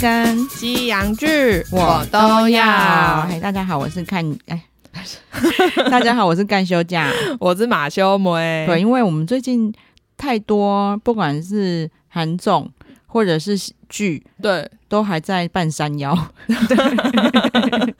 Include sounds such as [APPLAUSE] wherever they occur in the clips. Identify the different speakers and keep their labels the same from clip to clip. Speaker 1: 跟
Speaker 2: 西洋剧
Speaker 1: 嘿，大家好，我是看哎， [LAUGHS] 大家好，我是干休假。
Speaker 2: [LAUGHS] 我是马修梅，
Speaker 1: 对，因为我们最近太多，不管是韩综或者是剧，
Speaker 2: 对
Speaker 1: 都还在半山腰。
Speaker 2: [LAUGHS]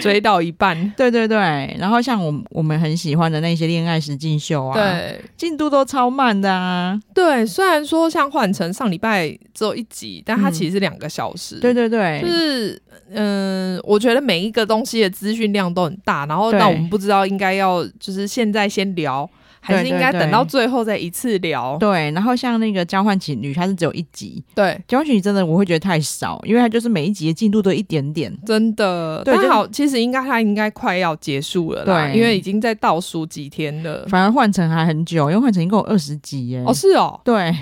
Speaker 2: 追到一半，
Speaker 1: 对对对，然后像我们我们很喜欢的那些恋爱实境秀啊，，
Speaker 2: 对
Speaker 1: 进度都超慢的啊。
Speaker 2: 对。虽然说像换成上礼拜只有一集，但它
Speaker 1: 嗯
Speaker 2: 其实是两个小时，
Speaker 1: 对对对，
Speaker 2: 就是嗯、我觉得每一个东西的资讯量都很大，然后
Speaker 1: 对
Speaker 2: 那我们不知道应该要就是现在先聊，还是
Speaker 1: 对对
Speaker 2: 应该
Speaker 1: 对
Speaker 2: 等到最后再一次聊。
Speaker 1: 对，然后像那个交换情侣，它是只有一集，
Speaker 2: 对，
Speaker 1: 交换情侣真的我会觉得太少，因为它就是每一集的进度都一点点。
Speaker 2: 真的。
Speaker 1: 对
Speaker 2: 但
Speaker 1: 就
Speaker 2: 好，其实应该它应该快要结束了啦，
Speaker 1: 对嗯
Speaker 2: 因为已经在倒数几天了。
Speaker 1: 反而换成还很久，因为换成一共二十集耶。
Speaker 2: 哦，是哦，
Speaker 1: 对，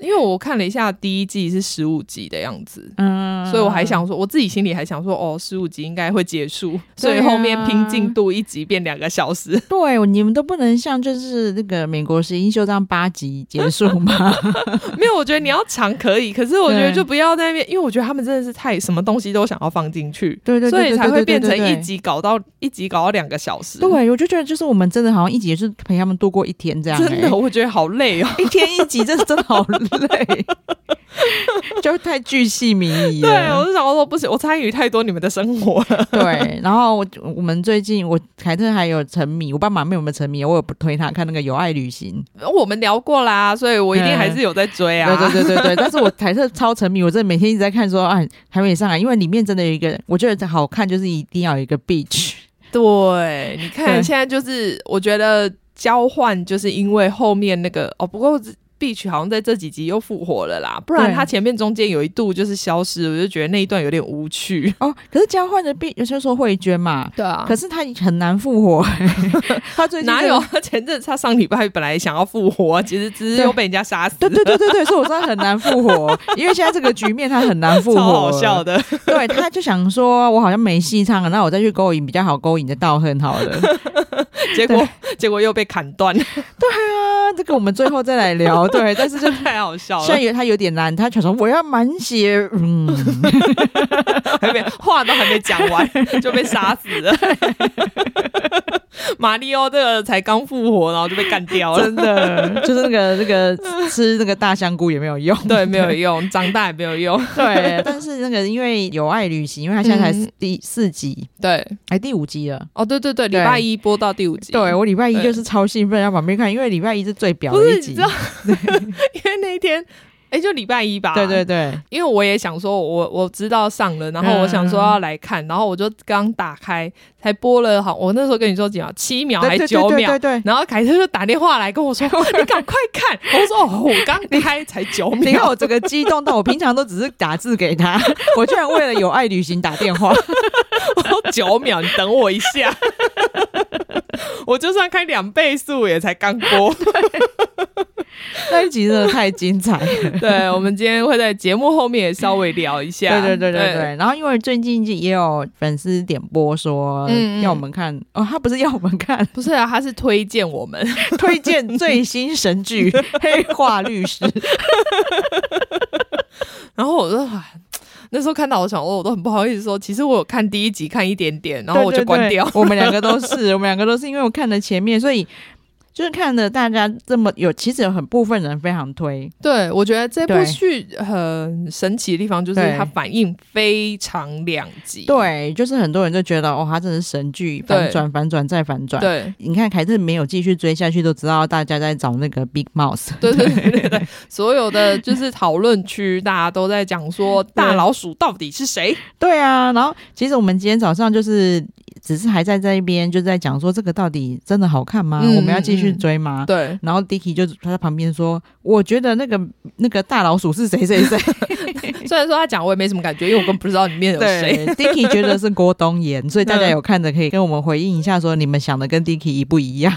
Speaker 2: 因为我看了一下第一季是十五集的样子。
Speaker 1: 嗯，
Speaker 2: 所以我还想说，我自己心里还想说，哦，十五集应该会结束，所以
Speaker 1: 对啊
Speaker 2: 后面拼进度一集变两个小时。
Speaker 1: 对，你们都不能像就是那个美国十英秀这样八集结束吗？
Speaker 2: [LAUGHS] 没有，我觉得你要长可以，可是我觉得
Speaker 1: 对
Speaker 2: 就不要在那边，因为我觉得他们真的是太什么东西都想要放进去，
Speaker 1: 对对对，
Speaker 2: 所
Speaker 1: 对
Speaker 2: 以才会变成。
Speaker 1: 对
Speaker 2: 一
Speaker 1: 对对
Speaker 2: 集搞到一集搞到两个小时。
Speaker 1: 对，对我就觉得就是我们真的好像一集也是陪他们度过一天这样、
Speaker 2: 真的，，我觉得好累哦。
Speaker 1: [LAUGHS] 一天一集，这真的好累， [LAUGHS] 就太巨细靡遗
Speaker 2: 对，我
Speaker 1: 了。
Speaker 2: 就想说不行，我参与太多你们的生活了。
Speaker 1: 对然后我我们最近我凯特还有沉迷，我爸妈没有没有沉迷，我有推他看那个《有爱旅行》
Speaker 2: 我们聊过啦，所以我一定
Speaker 1: 嗯
Speaker 2: 还是有在追啊。
Speaker 1: 对对对对对，但是我凯特超沉迷，我真的每天一直在看说，哎，还没上来，因为里面真的有一个，我觉得好看，就是一定要有一个
Speaker 2: [LAUGHS]
Speaker 1: beach。
Speaker 2: 对，你看
Speaker 1: 对
Speaker 2: 现在就是，我觉得交换就是因为后面那个哦，不过 Beach 好像在这几集又复活了啦，不然
Speaker 1: 对
Speaker 2: 它前面中间有一度就是消失，我就觉得那一段有点无趣。
Speaker 1: 哦，可是交换的 beach 有些时候会捐嘛，
Speaker 2: 对啊
Speaker 1: 可是他很难复
Speaker 2: [LAUGHS]
Speaker 1: 活、他最近
Speaker 2: 哪
Speaker 1: 真的
Speaker 2: 有？？ [LAUGHS] 前阵子他上礼拜本来想要复活，其实只是
Speaker 1: 对
Speaker 2: 又被人家杀死，
Speaker 1: 对对对对对，所以我说他很难复活，因为现在这个局面他很难复活，
Speaker 2: [LAUGHS] 超好笑。
Speaker 1: [LAUGHS]
Speaker 2: 的。
Speaker 1: 对，他就想说，我好像没戏唱了，那我再去勾引比较好勾引的道恨好
Speaker 2: [LAUGHS]
Speaker 1: 了。
Speaker 2: 结果结果又被砍断，
Speaker 1: 啊，这个我们最后再来聊。对， [LAUGHS] 但是就
Speaker 2: 这太 [LAUGHS] 好笑
Speaker 1: 虽
Speaker 2: 了
Speaker 1: 然，有他有点难，他想说我要满
Speaker 2: [LAUGHS]
Speaker 1: 血，嗯，
Speaker 2: 还没话都还没讲
Speaker 1: [LAUGHS]
Speaker 2: 完就被杀死了。 [LAUGHS] 马里奥这个才刚复活，然后就被干掉了。
Speaker 1: 真
Speaker 2: [LAUGHS]
Speaker 1: 的，就是那个那个吃那个大香菇也没有用。
Speaker 2: 对，没有用，长大也没
Speaker 1: [LAUGHS]
Speaker 2: 有用。
Speaker 1: 对，但是那个因为有爱旅行，因为它现在才
Speaker 2: 嗯
Speaker 1: 第四集，
Speaker 2: 对，
Speaker 1: 哎，第五集了。
Speaker 2: 哦，对对对，礼
Speaker 1: 对
Speaker 2: 拜一播到第五集。
Speaker 1: 对，我礼拜一
Speaker 2: 对
Speaker 1: 就是超兴奋，要旁边看，因为礼拜一是最表
Speaker 2: 不
Speaker 1: 的
Speaker 2: 是
Speaker 1: 一
Speaker 2: 你
Speaker 1: 集 [LAUGHS]
Speaker 2: 知。道，因为那一天，哎，就礼拜一吧。
Speaker 1: 对对
Speaker 2: [LAUGHS]
Speaker 1: 对，
Speaker 2: 因为我也想说我，我知道上了，然
Speaker 1: 嗯
Speaker 2: 后我想说要来看，然后我就刚打开，才播了好，我那时候跟你说几秒，七秒还
Speaker 1: 对
Speaker 2: 是
Speaker 1: 对
Speaker 2: 九
Speaker 1: 对对
Speaker 2: 秒
Speaker 1: 对，对。
Speaker 2: 然后凯特就打电话来跟我
Speaker 1: [LAUGHS]
Speaker 2: 说，你赶快看，我说哦，我刚开才九
Speaker 1: 你看
Speaker 2: 秒，
Speaker 1: 我这个激动到，我平常都只是打字给他，我居然为了有爱旅行打电话。
Speaker 2: [LAUGHS] 我说九秒，你等我一下， [LAUGHS] 我就算开两倍速也才
Speaker 1: [LAUGHS]
Speaker 2: 刚播。
Speaker 1: 那一集真的太精彩
Speaker 2: [LAUGHS]
Speaker 1: 了。
Speaker 2: 对，我们今天会在节目后面也稍微聊一下，
Speaker 1: 对对对对对，然后因为最近也有粉丝点播说
Speaker 2: 嗯嗯
Speaker 1: 要我们看，哦，他不是要我们
Speaker 2: [LAUGHS]
Speaker 1: 看，
Speaker 2: 不是啊，他是推荐我们，
Speaker 1: 推荐最新神
Speaker 2: [LAUGHS]
Speaker 1: 剧《黑化律师》。
Speaker 2: 然后我就哎那时候看到，我想哦，我都很不好意思说，其实我有看第一集看一点点，然后我就关掉
Speaker 1: 对。对对我们两个都是，我们两个都是因为我看了前面，所以就是看了大家这么有，其实有很部分人非常推。
Speaker 2: 对我觉得这部
Speaker 1: 对
Speaker 2: 剧很神奇的地方就是
Speaker 1: 对
Speaker 2: 它反应非常两极，
Speaker 1: 对，就是很多人就觉得哦，他真的是神剧，
Speaker 2: 对
Speaker 1: 反转、反转再反转。
Speaker 2: 对
Speaker 1: 你看凯特没有继续追下去，都知道大家在找那个 Big Mouse。
Speaker 2: 对对对对对，所有的就是讨论区，大家都在讲说大老鼠到底是谁？
Speaker 1: 对啊，然后其实我们今天早上就是只是还在这一边就在讲说这个到底真的好看吗？
Speaker 2: 嗯
Speaker 1: 我们要继续追吗？
Speaker 2: 对，
Speaker 1: 然后 Dicky 就他在旁边说：“我觉得那个那个大老鼠是谁谁谁。
Speaker 2: 虽然说他讲我也没什么感觉，因为我根本不知道里面有谁。
Speaker 1: [LAUGHS] 对，Dicky 觉得是郭冬妍，所以大家有看的可以跟我们回应一下，说你们想的跟 Dicky 一不一样？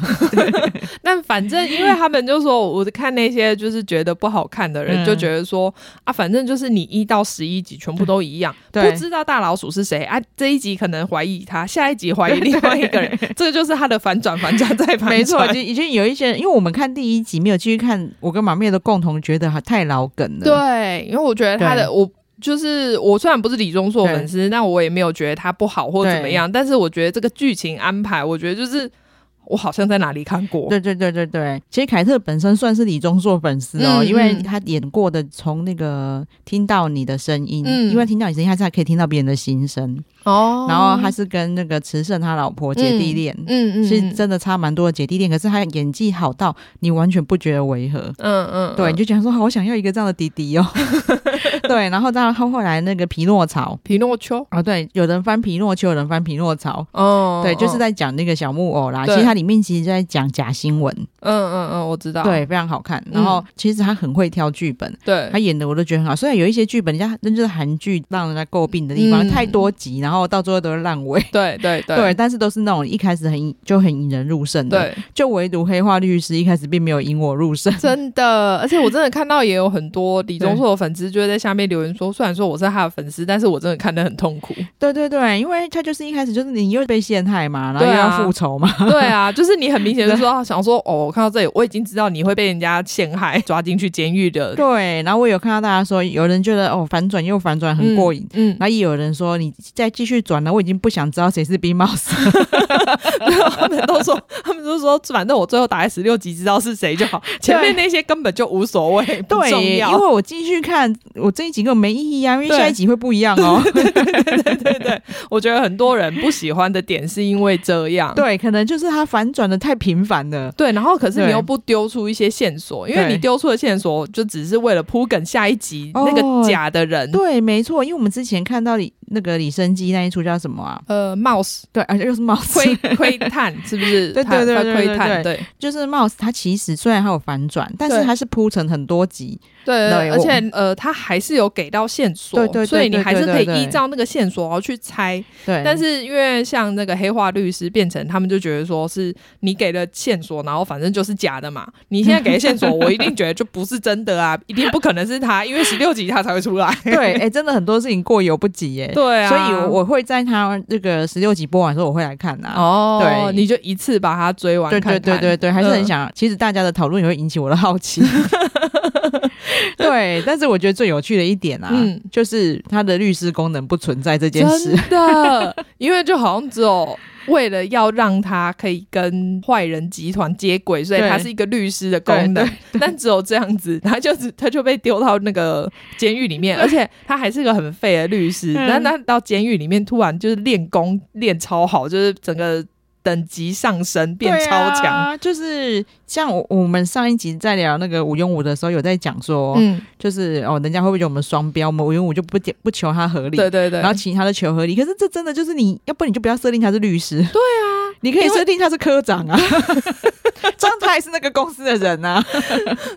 Speaker 2: 但反正因为他们就说，我看那些就是觉得不好看的人，
Speaker 1: 嗯
Speaker 2: 就觉得说啊，反正就是你一到十一集全部都一样，
Speaker 1: [LAUGHS] 对
Speaker 2: 不知道大老鼠是谁啊，这一集可能怀疑他，下一集怀 [LAUGHS] 疑另外一个人，这个就是他的反转，反转再反转。
Speaker 1: [LAUGHS] 没错，
Speaker 2: [LAUGHS]
Speaker 1: [LAUGHS] 已经已经有一些人，因为我们看第一集没有继续看，我跟马妹都共同觉得太老梗了。
Speaker 2: 对，因为我觉得他的我。就是我虽然不是李钟硕粉丝，但我也没有觉得他不好或怎么样，但是我觉得这个剧情安排，我觉得就是我好像在哪里看过。
Speaker 1: 对对对对对，其实凯特本身算是李钟硕粉丝哦，
Speaker 2: 嗯
Speaker 1: 因为
Speaker 2: 嗯
Speaker 1: 他演过的从那个听到你的声音，
Speaker 2: 嗯
Speaker 1: 因为听到你声音，他才可以听到别人的心声。
Speaker 2: 哦
Speaker 1: 然后他是跟那个池胜他老婆姐弟恋，
Speaker 2: 嗯嗯
Speaker 1: 是真的差蛮多的姐弟恋，可是他演技好到你完全不觉得违和。
Speaker 2: 嗯嗯，
Speaker 1: 对，你就讲说好想要一个这样的弟弟哦。 [LAUGHS] 对，然后到后后来那个匹诺曹
Speaker 2: 皮诺丘
Speaker 1: 哦，对，有人翻匹诺丘，有人翻匹诺曹。
Speaker 2: 哦，
Speaker 1: 对，就是
Speaker 2: 在
Speaker 1: 在讲那个小木偶啦。其
Speaker 2: 对
Speaker 1: 实它里面其实就在讲假新闻，
Speaker 2: 嗯嗯嗯，我知道，
Speaker 1: 对，非常好看。然后其实他很会挑剧本，
Speaker 2: 嗯对
Speaker 1: 他，演的我都觉得很好。虽然有一些剧本，人家那就是韩剧让人家诟病的地方，
Speaker 2: 嗯
Speaker 1: 太多集，然后到最后都是烂尾。
Speaker 2: 对对
Speaker 1: [LAUGHS]
Speaker 2: 对
Speaker 1: 对，但是都是那种一开始很就很引人入胜的，
Speaker 2: 对，
Speaker 1: 就唯独黑化律师一开始并没有引我入胜。 [LAUGHS]
Speaker 2: 真的，而且我真的看到也有很多李钟硕的粉丝就会在下面留言说，虽然说我是他的粉丝，但是我真的看得很痛
Speaker 1: [LAUGHS]
Speaker 2: 苦。
Speaker 1: 对对对，因为他就是一开始就是你又被陷害嘛，然后
Speaker 2: 对
Speaker 1: 又
Speaker 2: 啊
Speaker 1: 要复仇嘛，
Speaker 2: 对啊，就是你很明显就
Speaker 1: [LAUGHS]
Speaker 2: 说想说哦，我看到这里，我已经知道你会被人家陷害，抓进去监狱的。
Speaker 1: [LAUGHS] 对。啊然后我有看到大家说，有人觉得哦反转又反转很过瘾，
Speaker 2: 嗯，
Speaker 1: 然后也有人说你再继续转了，我已经不想知道谁是 B 帽子。
Speaker 2: 他们都说，他们都说，反正我最后打在十六集，知道是谁就
Speaker 1: [LAUGHS]
Speaker 2: 好，前面那些根本就无所谓，不
Speaker 1: 对，
Speaker 2: 重
Speaker 1: 因
Speaker 2: 要。
Speaker 1: 为我继续看，我这一集根本没意义啊，因为
Speaker 2: 对
Speaker 1: 下一集会不一样
Speaker 2: [LAUGHS]
Speaker 1: 哦。
Speaker 2: 我觉得很多人不喜欢的点是因为这样。
Speaker 1: 对，可能就是它反转的太频繁了。
Speaker 2: 对，然后可是
Speaker 1: 对
Speaker 2: 你又不丢出一些线索，因为
Speaker 1: 对
Speaker 2: 你丢出的线索就只是为了铺梗下一集
Speaker 1: 哦
Speaker 2: 那个假的人，
Speaker 1: 对，没错，因为我们之前看到李那个李生基那一出叫什么啊？
Speaker 2: 呃，冒死
Speaker 1: 对，而且又是 Mouse， [LAUGHS]
Speaker 2: 窥窥探是不是？
Speaker 1: 对对对
Speaker 2: 他
Speaker 1: 对
Speaker 2: 他
Speaker 1: 对
Speaker 2: 窥探，
Speaker 1: 对
Speaker 2: 对
Speaker 1: 就是 Mouse，它其实虽然它有反转，但是
Speaker 2: 对
Speaker 1: 它是铺成很多集。
Speaker 2: 对，
Speaker 1: 对
Speaker 2: 而
Speaker 1: 我
Speaker 2: 且呃，他还是有给到线索，
Speaker 1: 对对对
Speaker 2: 所以你
Speaker 1: 对
Speaker 2: 还是
Speaker 1: 对
Speaker 2: 可以
Speaker 1: 对对
Speaker 2: 依照那个线索然后去猜。
Speaker 1: 对，
Speaker 2: 但是因为像那个黑化律师变成他们就觉得说是你给了线索，然后反正就是假的嘛。你现在给的线索，我一定觉得就不是真
Speaker 1: [LAUGHS]
Speaker 2: 的啊，一定不可能是他，因为十六集他才会出来。
Speaker 1: 对，
Speaker 2: [LAUGHS]
Speaker 1: 哎、真的很多事情过犹不及耶。
Speaker 2: 对啊，
Speaker 1: 所以我我会在它那个十六集播完之后，我会来看呐、啊。
Speaker 2: 哦，
Speaker 1: 对
Speaker 2: 你就一次把它追完
Speaker 1: 对
Speaker 2: 看
Speaker 1: 对
Speaker 2: 看，
Speaker 1: 对对对，还是很
Speaker 2: 嗯。
Speaker 1: 想。其实大家的讨论也会引起我的好 [LAUGHS] 奇。对，但是我觉得最有趣的一点啊，
Speaker 2: 嗯
Speaker 1: 就是他的律师功能不存在这件事。
Speaker 2: 真的，因为就好像只有为了要让他可以跟坏人集团接轨，所以
Speaker 1: 对
Speaker 2: 他是一个律师的功能
Speaker 1: 对。
Speaker 2: [LAUGHS] 但只有这样子，他就只他就被丢到那个监狱里面，而且他还是个很废的律师。
Speaker 1: 嗯
Speaker 2: 那那到监狱里面突然就是练功练超好，就是整个等级上升变
Speaker 1: 对
Speaker 2: 超强。哦
Speaker 1: 啊，就是像我我们上一集在聊那个吴庸武的时候，有在讲说，
Speaker 2: 嗯，
Speaker 1: 就是哦，人家会不会觉得我们双标？我们吴庸武就不不求他合理，
Speaker 2: 对对对。
Speaker 1: 然后其他的求合理。可是这真的就是你，要不然你就不要设定他是律师，对啊，你可以
Speaker 2: 因为
Speaker 1: 设定他是科长 [LAUGHS] 啊，这样他还是那个公司的人啊。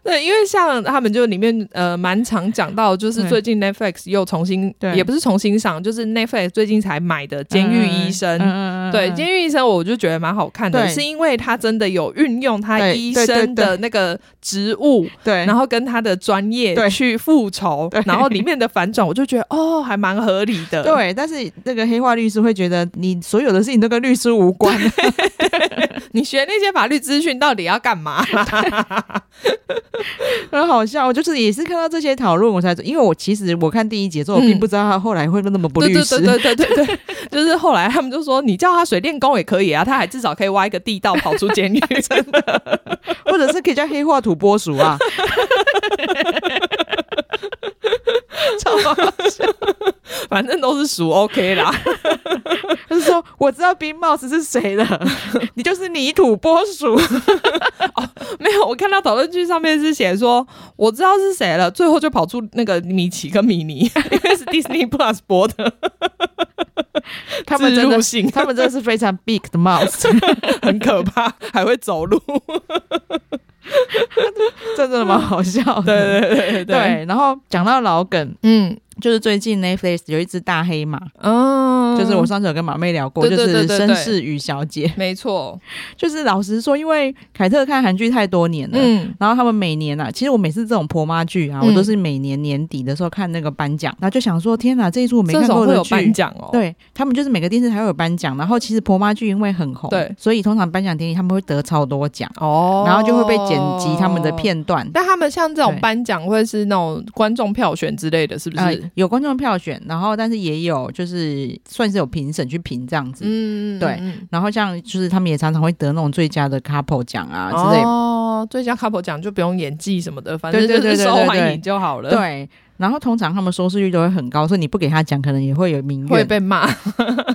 Speaker 2: 对，因为像他们就里面呃蛮常讲到，就是
Speaker 1: 对
Speaker 2: 最近 Netflix 又重新，
Speaker 1: 对
Speaker 2: 也不是重新上，就是 Netflix 最近才买的《监狱医生》
Speaker 1: 嗯
Speaker 2: 对，《监狱医生》我就觉得蛮好看的，
Speaker 1: 对
Speaker 2: 是因为他真的有运用他
Speaker 1: 对
Speaker 2: 医
Speaker 1: 对对
Speaker 2: 生的那个职务，
Speaker 1: 对，
Speaker 2: 然后跟他的专业
Speaker 1: 对
Speaker 2: 去复仇
Speaker 1: 对，
Speaker 2: 然后里面的反转，我就觉得哦，还蛮合理的。
Speaker 1: 对，但是那个黑化律师会觉得你所有的事情都跟律师无关，
Speaker 2: 你学那些法律资讯到底要干嘛？
Speaker 1: [LAUGHS] 很好笑。我就是也是看到这些讨论，我才因为我其实我看第一节之后，我并
Speaker 2: 嗯
Speaker 1: 不知道他后来会那么 [LAUGHS] 不律师。
Speaker 2: 对对对对 [LAUGHS] 对对，就是后来他们就说，你叫他水电工也可以啊，他还至少可以挖一个地道跑出监狱。真的，
Speaker 1: 或者是可以叫黑化土拨鼠 [LAUGHS] 啊，
Speaker 2: [LAUGHS] 超好笑反正都是属 OK 啦。 [LAUGHS]
Speaker 1: 就是说我知道冰帽子是谁了， [LAUGHS] 你就是泥土拨鼠。
Speaker 2: 没有，我看到讨论区上面是写说，我知道是谁了，最后就跑出那个米奇跟米妮， [LAUGHS] 因为是 Disney Plus 播的，
Speaker 1: [LAUGHS] 他们真
Speaker 2: 自
Speaker 1: 的 [LAUGHS]
Speaker 2: 入，性
Speaker 1: 他们真的是非常 big 的 mouse，
Speaker 2: [LAUGHS] 很可怕，还会走路。
Speaker 1: [LAUGHS] 真的蛮好笑的。
Speaker 2: 对对对
Speaker 1: [LAUGHS]
Speaker 2: 对对，
Speaker 1: 对然后讲到老梗，
Speaker 2: 嗯
Speaker 1: 就是最近 Netflix 有一只大黑马，
Speaker 2: 嗯
Speaker 1: 就是我上次有跟马妹聊过，
Speaker 2: 对对对
Speaker 1: 就
Speaker 2: 对
Speaker 1: 是
Speaker 2: 对
Speaker 1: 绅士与小姐。 [LAUGHS]
Speaker 2: 没错，
Speaker 1: 就是老实说，因为凯特看韩剧太多年了。
Speaker 2: 嗯
Speaker 1: 然后他们每年啊，其实我每次这种婆妈剧啊，我
Speaker 2: 嗯
Speaker 1: 都是每年年底的时候看那个颁奖，然后就想说，天哪，这一出我没
Speaker 2: 这
Speaker 1: 看
Speaker 2: 种
Speaker 1: 过
Speaker 2: 会
Speaker 1: 的
Speaker 2: 有
Speaker 1: 剧
Speaker 2: 颁，奖哦，
Speaker 1: 对他们就是每个电视台会有颁奖，然后其实婆妈剧因为很红，
Speaker 2: 对
Speaker 1: 所以通常颁奖典礼他们会得超多奖，
Speaker 2: 哦
Speaker 1: 然后就会被剪辑他们的片段。
Speaker 2: 但他们像这种
Speaker 1: 对
Speaker 2: 颁奖会是那种观众票选之类的，是不是？
Speaker 1: 啊有观众票选，然后但是也有就是算是有评审去评这样子。
Speaker 2: 嗯
Speaker 1: 对
Speaker 2: 嗯
Speaker 1: 然后像就是他们也常常会得那种最佳的 couple 奖啊之类的
Speaker 2: 哦，最佳 couple 奖就不用演技什么的，反正
Speaker 1: 对
Speaker 2: 就
Speaker 1: 对对
Speaker 2: 是
Speaker 1: 对
Speaker 2: 受
Speaker 1: 对
Speaker 2: 欢
Speaker 1: 对
Speaker 2: 迎就好了。，
Speaker 1: 对，然后通常他们收视率都会很高，所以你不给他讲，可能也会有民
Speaker 2: [LAUGHS] 会
Speaker 1: 怨。
Speaker 2: 被骂。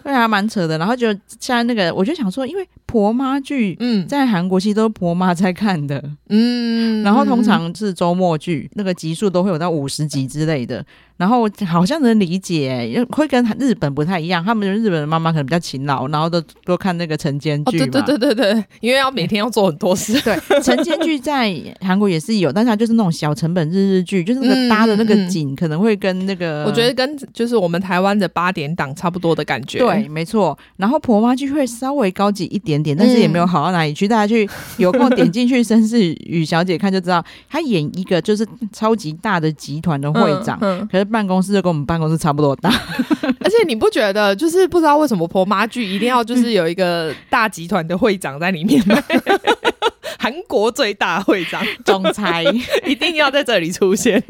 Speaker 1: 对啊，蛮扯的。然后就现在那个，我就想说，因为婆妈剧
Speaker 2: 嗯
Speaker 1: 在韩国其实都是婆妈在看的，
Speaker 2: 嗯
Speaker 1: 然后通常是周末剧，那个集数都会有到五十集之类的。然后好像能理解、欸因为会跟日本不太一样，他们日本的妈妈可能比较勤劳，然后都都看那个晨间
Speaker 2: 哦，
Speaker 1: 剧嘛。
Speaker 2: 对对对对对，因为要每天要做很多事。
Speaker 1: 对，晨间剧在韩国也是有，但是它就是那种小成本日日剧，就是那
Speaker 2: 嗯
Speaker 1: 个搭的那
Speaker 2: 嗯
Speaker 1: 个
Speaker 2: 嗯
Speaker 1: 景、可能会跟那个，
Speaker 2: 我觉得跟就是我们台湾的八点档差不多的感觉。
Speaker 1: 对，，没错。然后婆妈剧会稍微高级一点点，但是也
Speaker 2: 嗯
Speaker 1: 没有好到哪里去。大家
Speaker 2: [LAUGHS]
Speaker 1: 去有空点进去《绅士与小姐》看就知道，她演一个就是超级大的集团的会长。
Speaker 2: 嗯
Speaker 1: [LAUGHS]
Speaker 2: 嗯
Speaker 1: 可是办公室就跟我们办公室差不多大，
Speaker 2: [LAUGHS] 而且你不觉得就是不知道为什么婆妈剧一定要就是有一个大集团的会长在里面
Speaker 1: [LAUGHS]
Speaker 2: 吗？韩国最大会长
Speaker 1: 总裁。
Speaker 2: 一定要在这里出现，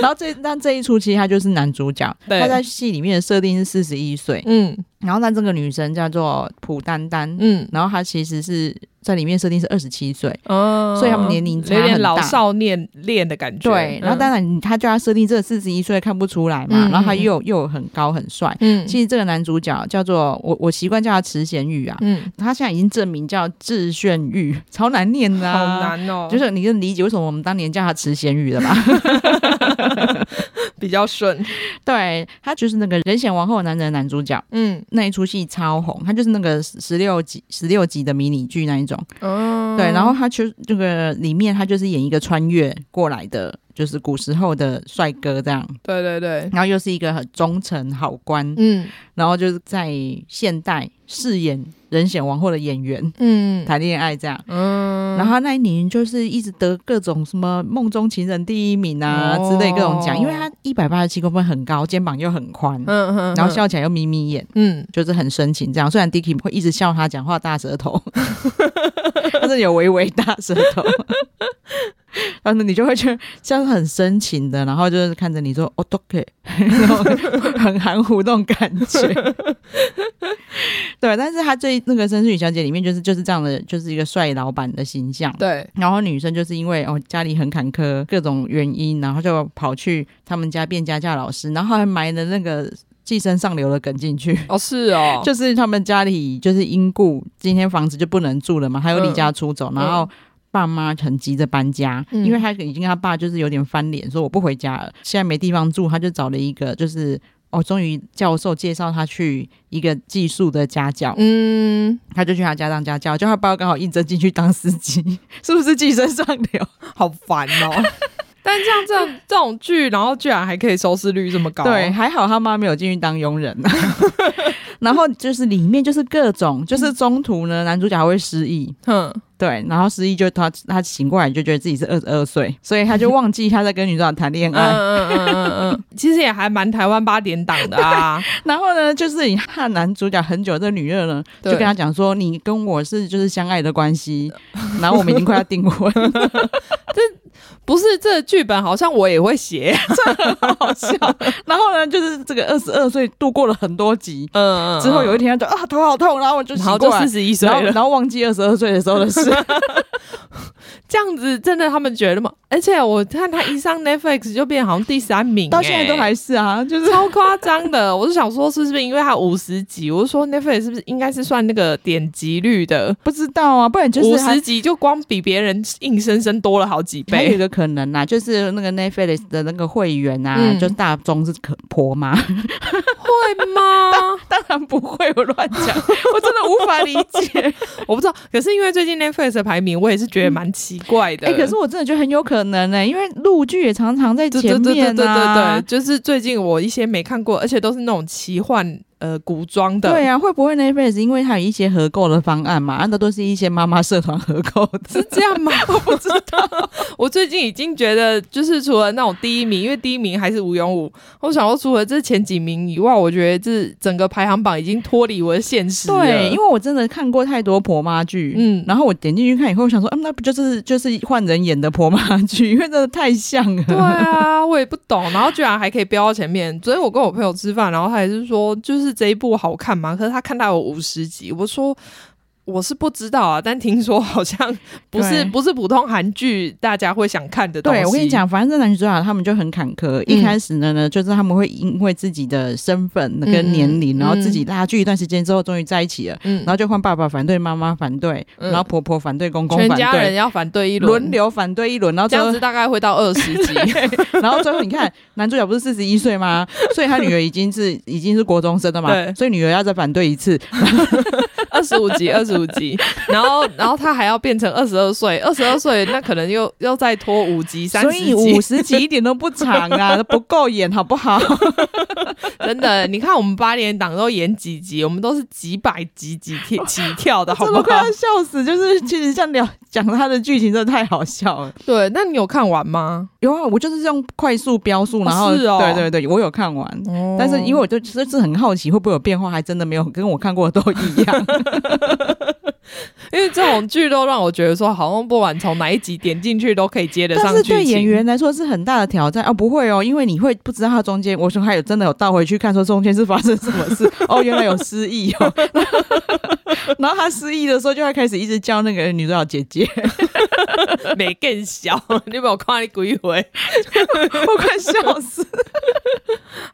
Speaker 1: 然后这但这一出其实他就是男主角，
Speaker 2: 对
Speaker 1: 他在戏里面的设定是四十一岁，
Speaker 2: 嗯
Speaker 1: 然后但这个女生叫做朴丹丹，
Speaker 2: 嗯，
Speaker 1: 然后她其实是在里面设定是二十七岁，
Speaker 2: 哦
Speaker 1: 所以他们年龄差
Speaker 2: 有点
Speaker 1: 很
Speaker 2: 老
Speaker 1: 大
Speaker 2: 少恋恋的感觉，
Speaker 1: 对，然后当然你他叫他设定这四十一岁看不出来嘛，
Speaker 2: 嗯
Speaker 1: 然后他
Speaker 2: 嗯嗯
Speaker 1: 又又很高很帅。
Speaker 2: 嗯
Speaker 1: 其实这个男主角叫做我我习惯叫他池贤宇啊，
Speaker 2: 嗯，
Speaker 1: 他现在已经证明叫智炫玉，超难念的、啊
Speaker 2: 好。难哦，
Speaker 1: 嗯就是你能理解为什么我们当年叫他池贤宇了吧？
Speaker 2: [LAUGHS] 比
Speaker 1: [LAUGHS]
Speaker 2: 较顺，
Speaker 1: 对他就是那个《人显王后的男人》的男主角，
Speaker 2: 嗯
Speaker 1: 那一出戏超红，他就是那个十六集十六集的迷你剧那一种。
Speaker 2: 嗯，
Speaker 1: 对，然后他就这个里面他就是演一个穿越过来的，就是古时候的帅哥这样。
Speaker 2: 对对对，
Speaker 1: 然后又是一个很忠诚好官，
Speaker 2: 嗯
Speaker 1: 然后就是在现代饰演人显王后的演员
Speaker 2: 嗯
Speaker 1: 谈恋爱这样。
Speaker 2: 嗯，
Speaker 1: 然后他那一年就是一直得各种什么梦中情人第一名啊、
Speaker 2: 哦
Speaker 1: 之类各种奖，因为他一百八十七公分很高，肩膀又很宽，
Speaker 2: 嗯嗯，
Speaker 1: 然后笑起来又眯眯眼，
Speaker 2: 嗯，
Speaker 1: 就是很深情这样。虽然 Dicky 会一直笑他讲话大舌头， [LAUGHS] 但是有微微大舌头，然后你就会觉得像是很深情的，然后就是看着你说哦 d o k 然后 [LAUGHS] 很含糊那种感觉。对，但是他最那个《绅士与小姐》里面就是就是这样的，就是一个帅老板的形象。
Speaker 2: 对，
Speaker 1: 然后女生就是因为哦家里很坎坷，各种原因，然后就跑去他们家变家教老师，然后还埋了那个寄生上流的梗进去。
Speaker 2: 哦是哦，
Speaker 1: 就是他们家里就是因故今天房子就不能住了嘛，他又离家出走，然后。爸妈很急着搬家，
Speaker 2: 嗯
Speaker 1: 因为他已经跟他爸就是有点翻脸，说我不回家了，现在没地方住，他就找了一个就是哦，终于教授介绍他去一个寄宿的家教，
Speaker 2: 嗯，
Speaker 1: 他就去他家当家教，就他爸刚好应征进去当司机，是不是寄生上
Speaker 2: [LAUGHS]
Speaker 1: 流？
Speaker 2: 好烦哦。 [LAUGHS] 但像这样这种剧，然后居然还可以收视率这么高，
Speaker 1: 对，，还好他妈没有进去当佣人、啊
Speaker 2: [LAUGHS]
Speaker 1: 然后就是里面就是各种，就是中途呢，男主角还会失忆，
Speaker 2: 哼，
Speaker 1: 对，然后失忆就他他醒过来就觉得自己是二十二岁，所以他就忘记他在跟女主角谈恋
Speaker 2: 嗯
Speaker 1: 爱。
Speaker 2: 嗯嗯嗯嗯， [LAUGHS] 其实也还蛮台湾八点档的
Speaker 1: [LAUGHS]
Speaker 2: 啊，
Speaker 1: 然后呢，就是你和男主角很久的这女二呢，就
Speaker 2: 对
Speaker 1: 跟他讲说，你跟我是就是相爱的关
Speaker 2: [LAUGHS]
Speaker 1: 系，然后我们已经快要订婚，
Speaker 2: 不是这剧本好像我也会写，
Speaker 1: 好笑。然后呢，就是这个二十二岁度过了很多集，
Speaker 2: 嗯
Speaker 1: 之后有一
Speaker 2: 一
Speaker 1: 天他就啊头好痛，然后我就
Speaker 2: 然
Speaker 1: 醒
Speaker 2: 后
Speaker 1: 过
Speaker 2: 就
Speaker 1: 来
Speaker 2: 四。十一岁
Speaker 1: 然后，然
Speaker 2: 了，
Speaker 1: 后忘记二十二岁的时候的事，
Speaker 2: 这样子真的他们觉得吗？而且我看他一上 Netflix 就变好像第三名、欸
Speaker 1: 到现在都。还是啊，就是
Speaker 2: [LAUGHS] 超夸张的，我就想说是不是因为他五十集，我就说 Netflix 是不是应该是算那个点击率的，
Speaker 1: 不知道啊，不然就是
Speaker 2: 五
Speaker 1: 还
Speaker 2: 十集就光比别人硬生生多了好几
Speaker 1: [LAUGHS] 还有一
Speaker 2: 倍。
Speaker 1: 个可能呐、啊就是那个 Netflix 的那个会员啊，
Speaker 2: 嗯
Speaker 1: 就大宗是可婆妈，
Speaker 2: 会吗？
Speaker 1: [LAUGHS]
Speaker 2: [LAUGHS]
Speaker 1: 当然不会，我乱讲，我真的无法理
Speaker 2: [LAUGHS]
Speaker 1: 解。
Speaker 2: 我不知道。可是因为最近 Netflix 的排名，我也是觉得蛮奇怪的。
Speaker 1: 哎、可是我真的觉得很有可能欸呢、因为陆剧也常常在
Speaker 2: 对
Speaker 1: 前
Speaker 2: 对对对
Speaker 1: 面
Speaker 2: 对对
Speaker 1: 啊
Speaker 2: 对，。就是最近我一些没看过，而且都是那种奇幻呃古装的，
Speaker 1: 对啊，会不会那一辈子因为它有一些合购的方案嘛？按的都是一些妈妈社团合购的，
Speaker 2: [LAUGHS] 是啊这样吗？我不知道。我最近已经觉得，就是除了那种第一名，因为第一名还是吴永武，我想说除了这前几名以外，我觉得这整个排行榜已经脱离我的现实了。
Speaker 1: 对，因为我真的看过太多婆妈剧，
Speaker 2: 嗯
Speaker 1: 然后我点进去看以后，我想说，嗯，那不就是就是换人演的婆妈剧，因为真的太像了。
Speaker 2: 对啊，我也不懂， [LAUGHS] 然后居然还可以飙到前面。昨天我跟我朋友吃饭，然后他也是说，就是这一部好看吗？可是他看到有五十集，我说。我是不知道啊，但听说好像不是
Speaker 1: 对
Speaker 2: 不是普通韩剧大家会想看的东西。嗯
Speaker 1: 对，我跟你，讲，反正这男女主角他们就很坎坷。一开始呢呢，就是他们会因为自己的身份跟年龄，
Speaker 2: 嗯
Speaker 1: 然后自己拉锯一段时间之后，终于在一起了。
Speaker 2: 嗯
Speaker 1: 然，后就换爸爸反对，妈妈反对，
Speaker 2: 嗯
Speaker 1: 然后婆婆反对，公公
Speaker 2: 全
Speaker 1: 反
Speaker 2: 家人
Speaker 1: 对，
Speaker 2: 要反对一轮
Speaker 1: 轮，流反对一轮，然后
Speaker 2: 这
Speaker 1: 最
Speaker 2: 样
Speaker 1: 后
Speaker 2: 子大概会到二十集。
Speaker 1: [LAUGHS] 然后最后你看，男主角不是四十一岁
Speaker 2: [LAUGHS]
Speaker 1: 吗？所以他女儿已经是已经是国中生了嘛
Speaker 2: 对，
Speaker 1: 所以女儿要再反对一次，
Speaker 2: 二十五集，二十五集，然后然后他还要变成二十二岁，二十二岁那可能又又再拖五集、三
Speaker 1: 所
Speaker 2: 十
Speaker 1: 以五
Speaker 2: 集，
Speaker 1: 十集一点都不长啊， [LAUGHS] 不够演好不好？
Speaker 2: [LAUGHS] 真的，你看我们八连档都演几集，我们都是几百集、几天起
Speaker 1: [LAUGHS]
Speaker 2: 跳的，好
Speaker 1: 真
Speaker 2: 不
Speaker 1: 的快
Speaker 2: 好
Speaker 1: 要？笑死！就是其实像聊讲他的剧情真的太好笑了。
Speaker 2: 对，那你有看完吗？
Speaker 1: 有啊，我就是用快速标速，
Speaker 2: 哦
Speaker 1: 然后、
Speaker 2: 是哦
Speaker 1: 对对对，我有看完。
Speaker 2: 哦
Speaker 1: 但是因为我就就是很好奇会不会有变化，还真的没有，跟我看过的都一样。 [LAUGHS]
Speaker 2: 因为这种剧都让我觉得说，好像不管从哪一集点进去都可以接得
Speaker 1: 但
Speaker 2: 上
Speaker 1: 是
Speaker 2: 剧情。
Speaker 1: 对演员来说是很大的挑战啊！不会哦，因为你会不知道他中间，我说还有真的有倒回去看，说中间是发生什么 [LAUGHS] 事哦，原来有失忆哦。 [LAUGHS] 然后他失忆的时候，就会开始一直叫那个女主角姐 [LAUGHS] 姐，
Speaker 2: [LAUGHS] 没更小，你有没有看你鬼回？
Speaker 1: 我快笑死。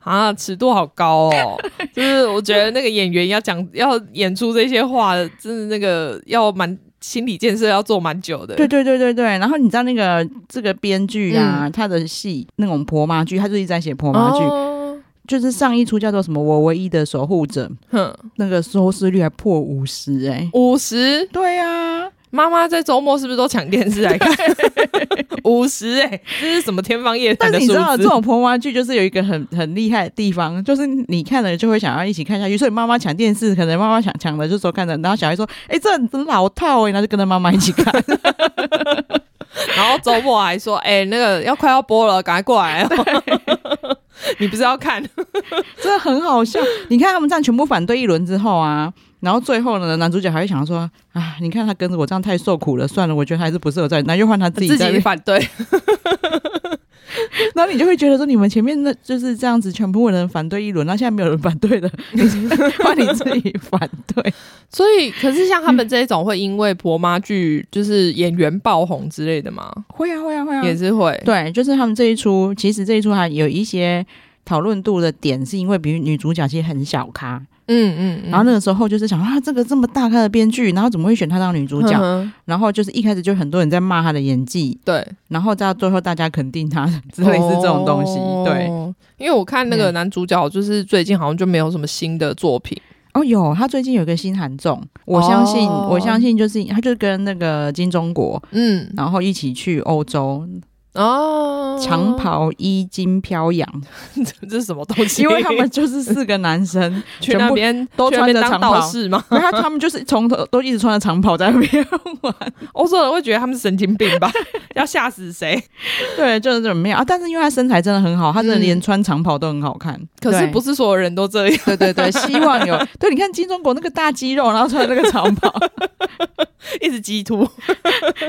Speaker 2: 啊，尺度好高哦！就是我觉得那个演员要讲 [LAUGHS] 要演出这些话，真的那个要蛮心理建设要做蛮久的。
Speaker 1: 对对对对对，然后你知道那个这个编剧啊，他的戏那种婆妈剧，他就一直在写婆妈剧，
Speaker 2: 哦，
Speaker 1: 就是上一出叫做什么《我唯一的守护
Speaker 2: 嗯
Speaker 1: 者》，
Speaker 2: 哼，
Speaker 1: 那个收视率还破五十哎。
Speaker 2: 五十
Speaker 1: 对啊，
Speaker 2: 妈妈在周末是不是都抢电视来看？五十哎，这是什么天方夜谭
Speaker 1: 但是你
Speaker 2: 的数
Speaker 1: 知道这
Speaker 2: 字？
Speaker 1: 种婆妈剧就是有一个很很厉害的地方，就是你看了就会想要一起看下去。所以妈妈抢电视，可能妈妈抢抢了就说看着，然后小孩说：“哎、这很老套哎、然后就跟着妈妈一起
Speaker 2: [LAUGHS]
Speaker 1: 看。
Speaker 2: [LAUGHS] 然后周末还说，哎、那个要快要播了，赶快过来、哦。 [LAUGHS] 你不是要看？
Speaker 1: 真的很好笑。你看他们这样全部反对一轮之后啊，然后最后呢，男主角还会想说：“啊，你看他跟着我这样太受苦了，算了，我觉得还是不适合在。”然后又换他自己
Speaker 2: 自
Speaker 1: 在那
Speaker 2: 己
Speaker 1: 边，
Speaker 2: 反对，
Speaker 1: 然后你就会觉得说，你们前面那就是这样子，全部人反对一轮，那现在没有人反对了，你 [LAUGHS] 换你自己反对。
Speaker 2: 所以可是像他们这一种会因为婆妈剧就是演员爆红之类的吗？
Speaker 1: 会啊，会啊，会啊，
Speaker 2: 也是会，
Speaker 1: 对，就是他们这一出，其实这一出还有一些讨论度的点，是因为比如女主角其实很小咖，
Speaker 2: 嗯嗯，
Speaker 1: 然后那个时候就是想啊，这个这么大咖的编剧，然后怎么会选她当女主角？
Speaker 2: 嗯哼
Speaker 1: 然后就是一开始就很多人在骂她的演技，
Speaker 2: 对，
Speaker 1: 然后到最后大家肯定她，之类是这种东西。对，
Speaker 2: 哦，因为我看那个男主角就是最近好像就没有什么新的作品，
Speaker 1: 哦，有她最近有一个新韩综，我相信，
Speaker 2: 哦
Speaker 1: 我相信就是她就跟那个金钟国。
Speaker 2: 嗯，
Speaker 1: 然后一起去欧洲，
Speaker 2: 哦，
Speaker 1: 长，
Speaker 2: [LAUGHS]
Speaker 1: 袍衣襟飘扬，
Speaker 2: 这是什么东西？
Speaker 1: 因为他们就是四个男
Speaker 2: [LAUGHS]
Speaker 1: 生，
Speaker 2: 去那边
Speaker 1: 都
Speaker 2: 去那
Speaker 1: 穿
Speaker 2: 边
Speaker 1: 着
Speaker 2: 当
Speaker 1: 长
Speaker 2: 道
Speaker 1: 袍
Speaker 2: 士吗？
Speaker 1: 然后他们就是从头都一直穿着长袍在那边玩，
Speaker 2: 欧洲人会觉得他们是神经病吧？ [LAUGHS] 要吓死谁？嗯
Speaker 1: 对，就是怎么样啊？但是因为他身材真的很好，他真的连穿长袍都很好看。
Speaker 2: [LAUGHS] 可是
Speaker 1: 对
Speaker 2: 不，是所有人都这样，
Speaker 1: 对对对，希望
Speaker 2: [LAUGHS]
Speaker 1: 有对，你看金钟国那个大肌肉，然后穿那个长袍，
Speaker 2: 一直激突。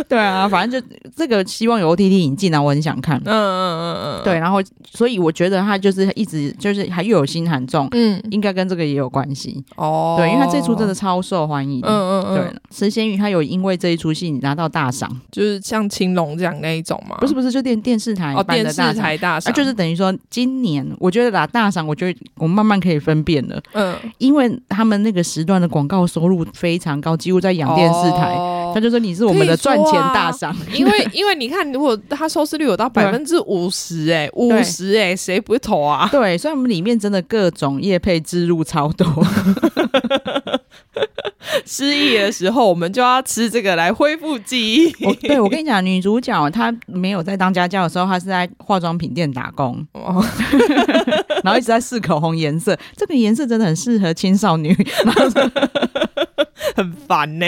Speaker 1: 对啊，反正就这个希望有 OTT 引进啊，我很想看
Speaker 2: [LAUGHS] 嗯。嗯嗯嗯，
Speaker 1: 对，，然后所以我觉得他就是一直就是还又有新韩综，
Speaker 2: 嗯，
Speaker 1: 应该跟这个也有关系。
Speaker 2: 哦，
Speaker 1: 对，因为他这出真的，超受欢迎。
Speaker 2: 嗯嗯嗯，
Speaker 1: 对，石贤宇他有因为这一出戏拿到大赏，
Speaker 2: 就是像青龙这样那一种嘛，
Speaker 1: 不是不是，就电电视台
Speaker 2: 哦，
Speaker 1: 办
Speaker 2: 电
Speaker 1: 的
Speaker 2: 视
Speaker 1: 大赏
Speaker 2: 台大
Speaker 1: 啊，
Speaker 2: 赏，
Speaker 1: 就是等于说，今年我觉得啦，大赏，我觉得我慢慢可以分辨了，
Speaker 2: 嗯。
Speaker 1: 因为他们那个时段的广告收入非常高，几乎在养电视台，
Speaker 2: 哦
Speaker 1: 他就说你是我们的
Speaker 2: 啊
Speaker 1: 赚钱大
Speaker 2: [LAUGHS]
Speaker 1: 赏，
Speaker 2: 因为因为你看，如果他收视率有到百分之五十，哎，五十哎，谁不会投啊？
Speaker 1: 对，所以我们里面真的各种业配植入超多，
Speaker 2: [LAUGHS] 失忆的时候，我们就要吃这个来恢复记忆。
Speaker 1: 我对我跟你讲，女主角她没有在当家教的时候，她是在化妆品店打工，
Speaker 2: 哦
Speaker 1: 然后一直在试口红颜色，这个颜色真的很适合青少女， [LAUGHS]
Speaker 2: 很烦呢、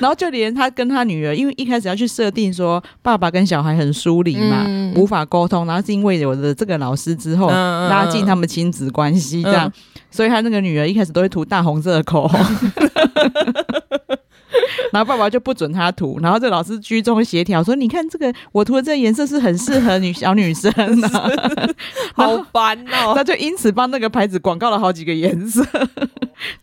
Speaker 1: 然后就连她跟她女儿，因为一开始要去设定说爸爸跟小孩很疏离嘛，
Speaker 2: 嗯
Speaker 1: 无法沟通，然后是因为有了这个老师之后，
Speaker 2: 嗯
Speaker 1: 拉近他们亲子关系这样，
Speaker 2: 嗯
Speaker 1: 所以她那个女儿一开始都会涂大红色的口红。 [LAUGHS] 然后爸爸就不准她涂，然后这个老师居中协调说：“你看这个，我涂的这个颜色是很适合女小女生啊的、
Speaker 2: [LAUGHS] [LAUGHS] 好烦哦、 [LAUGHS]
Speaker 1: 他就因此帮那个牌子广告了好几个颜色，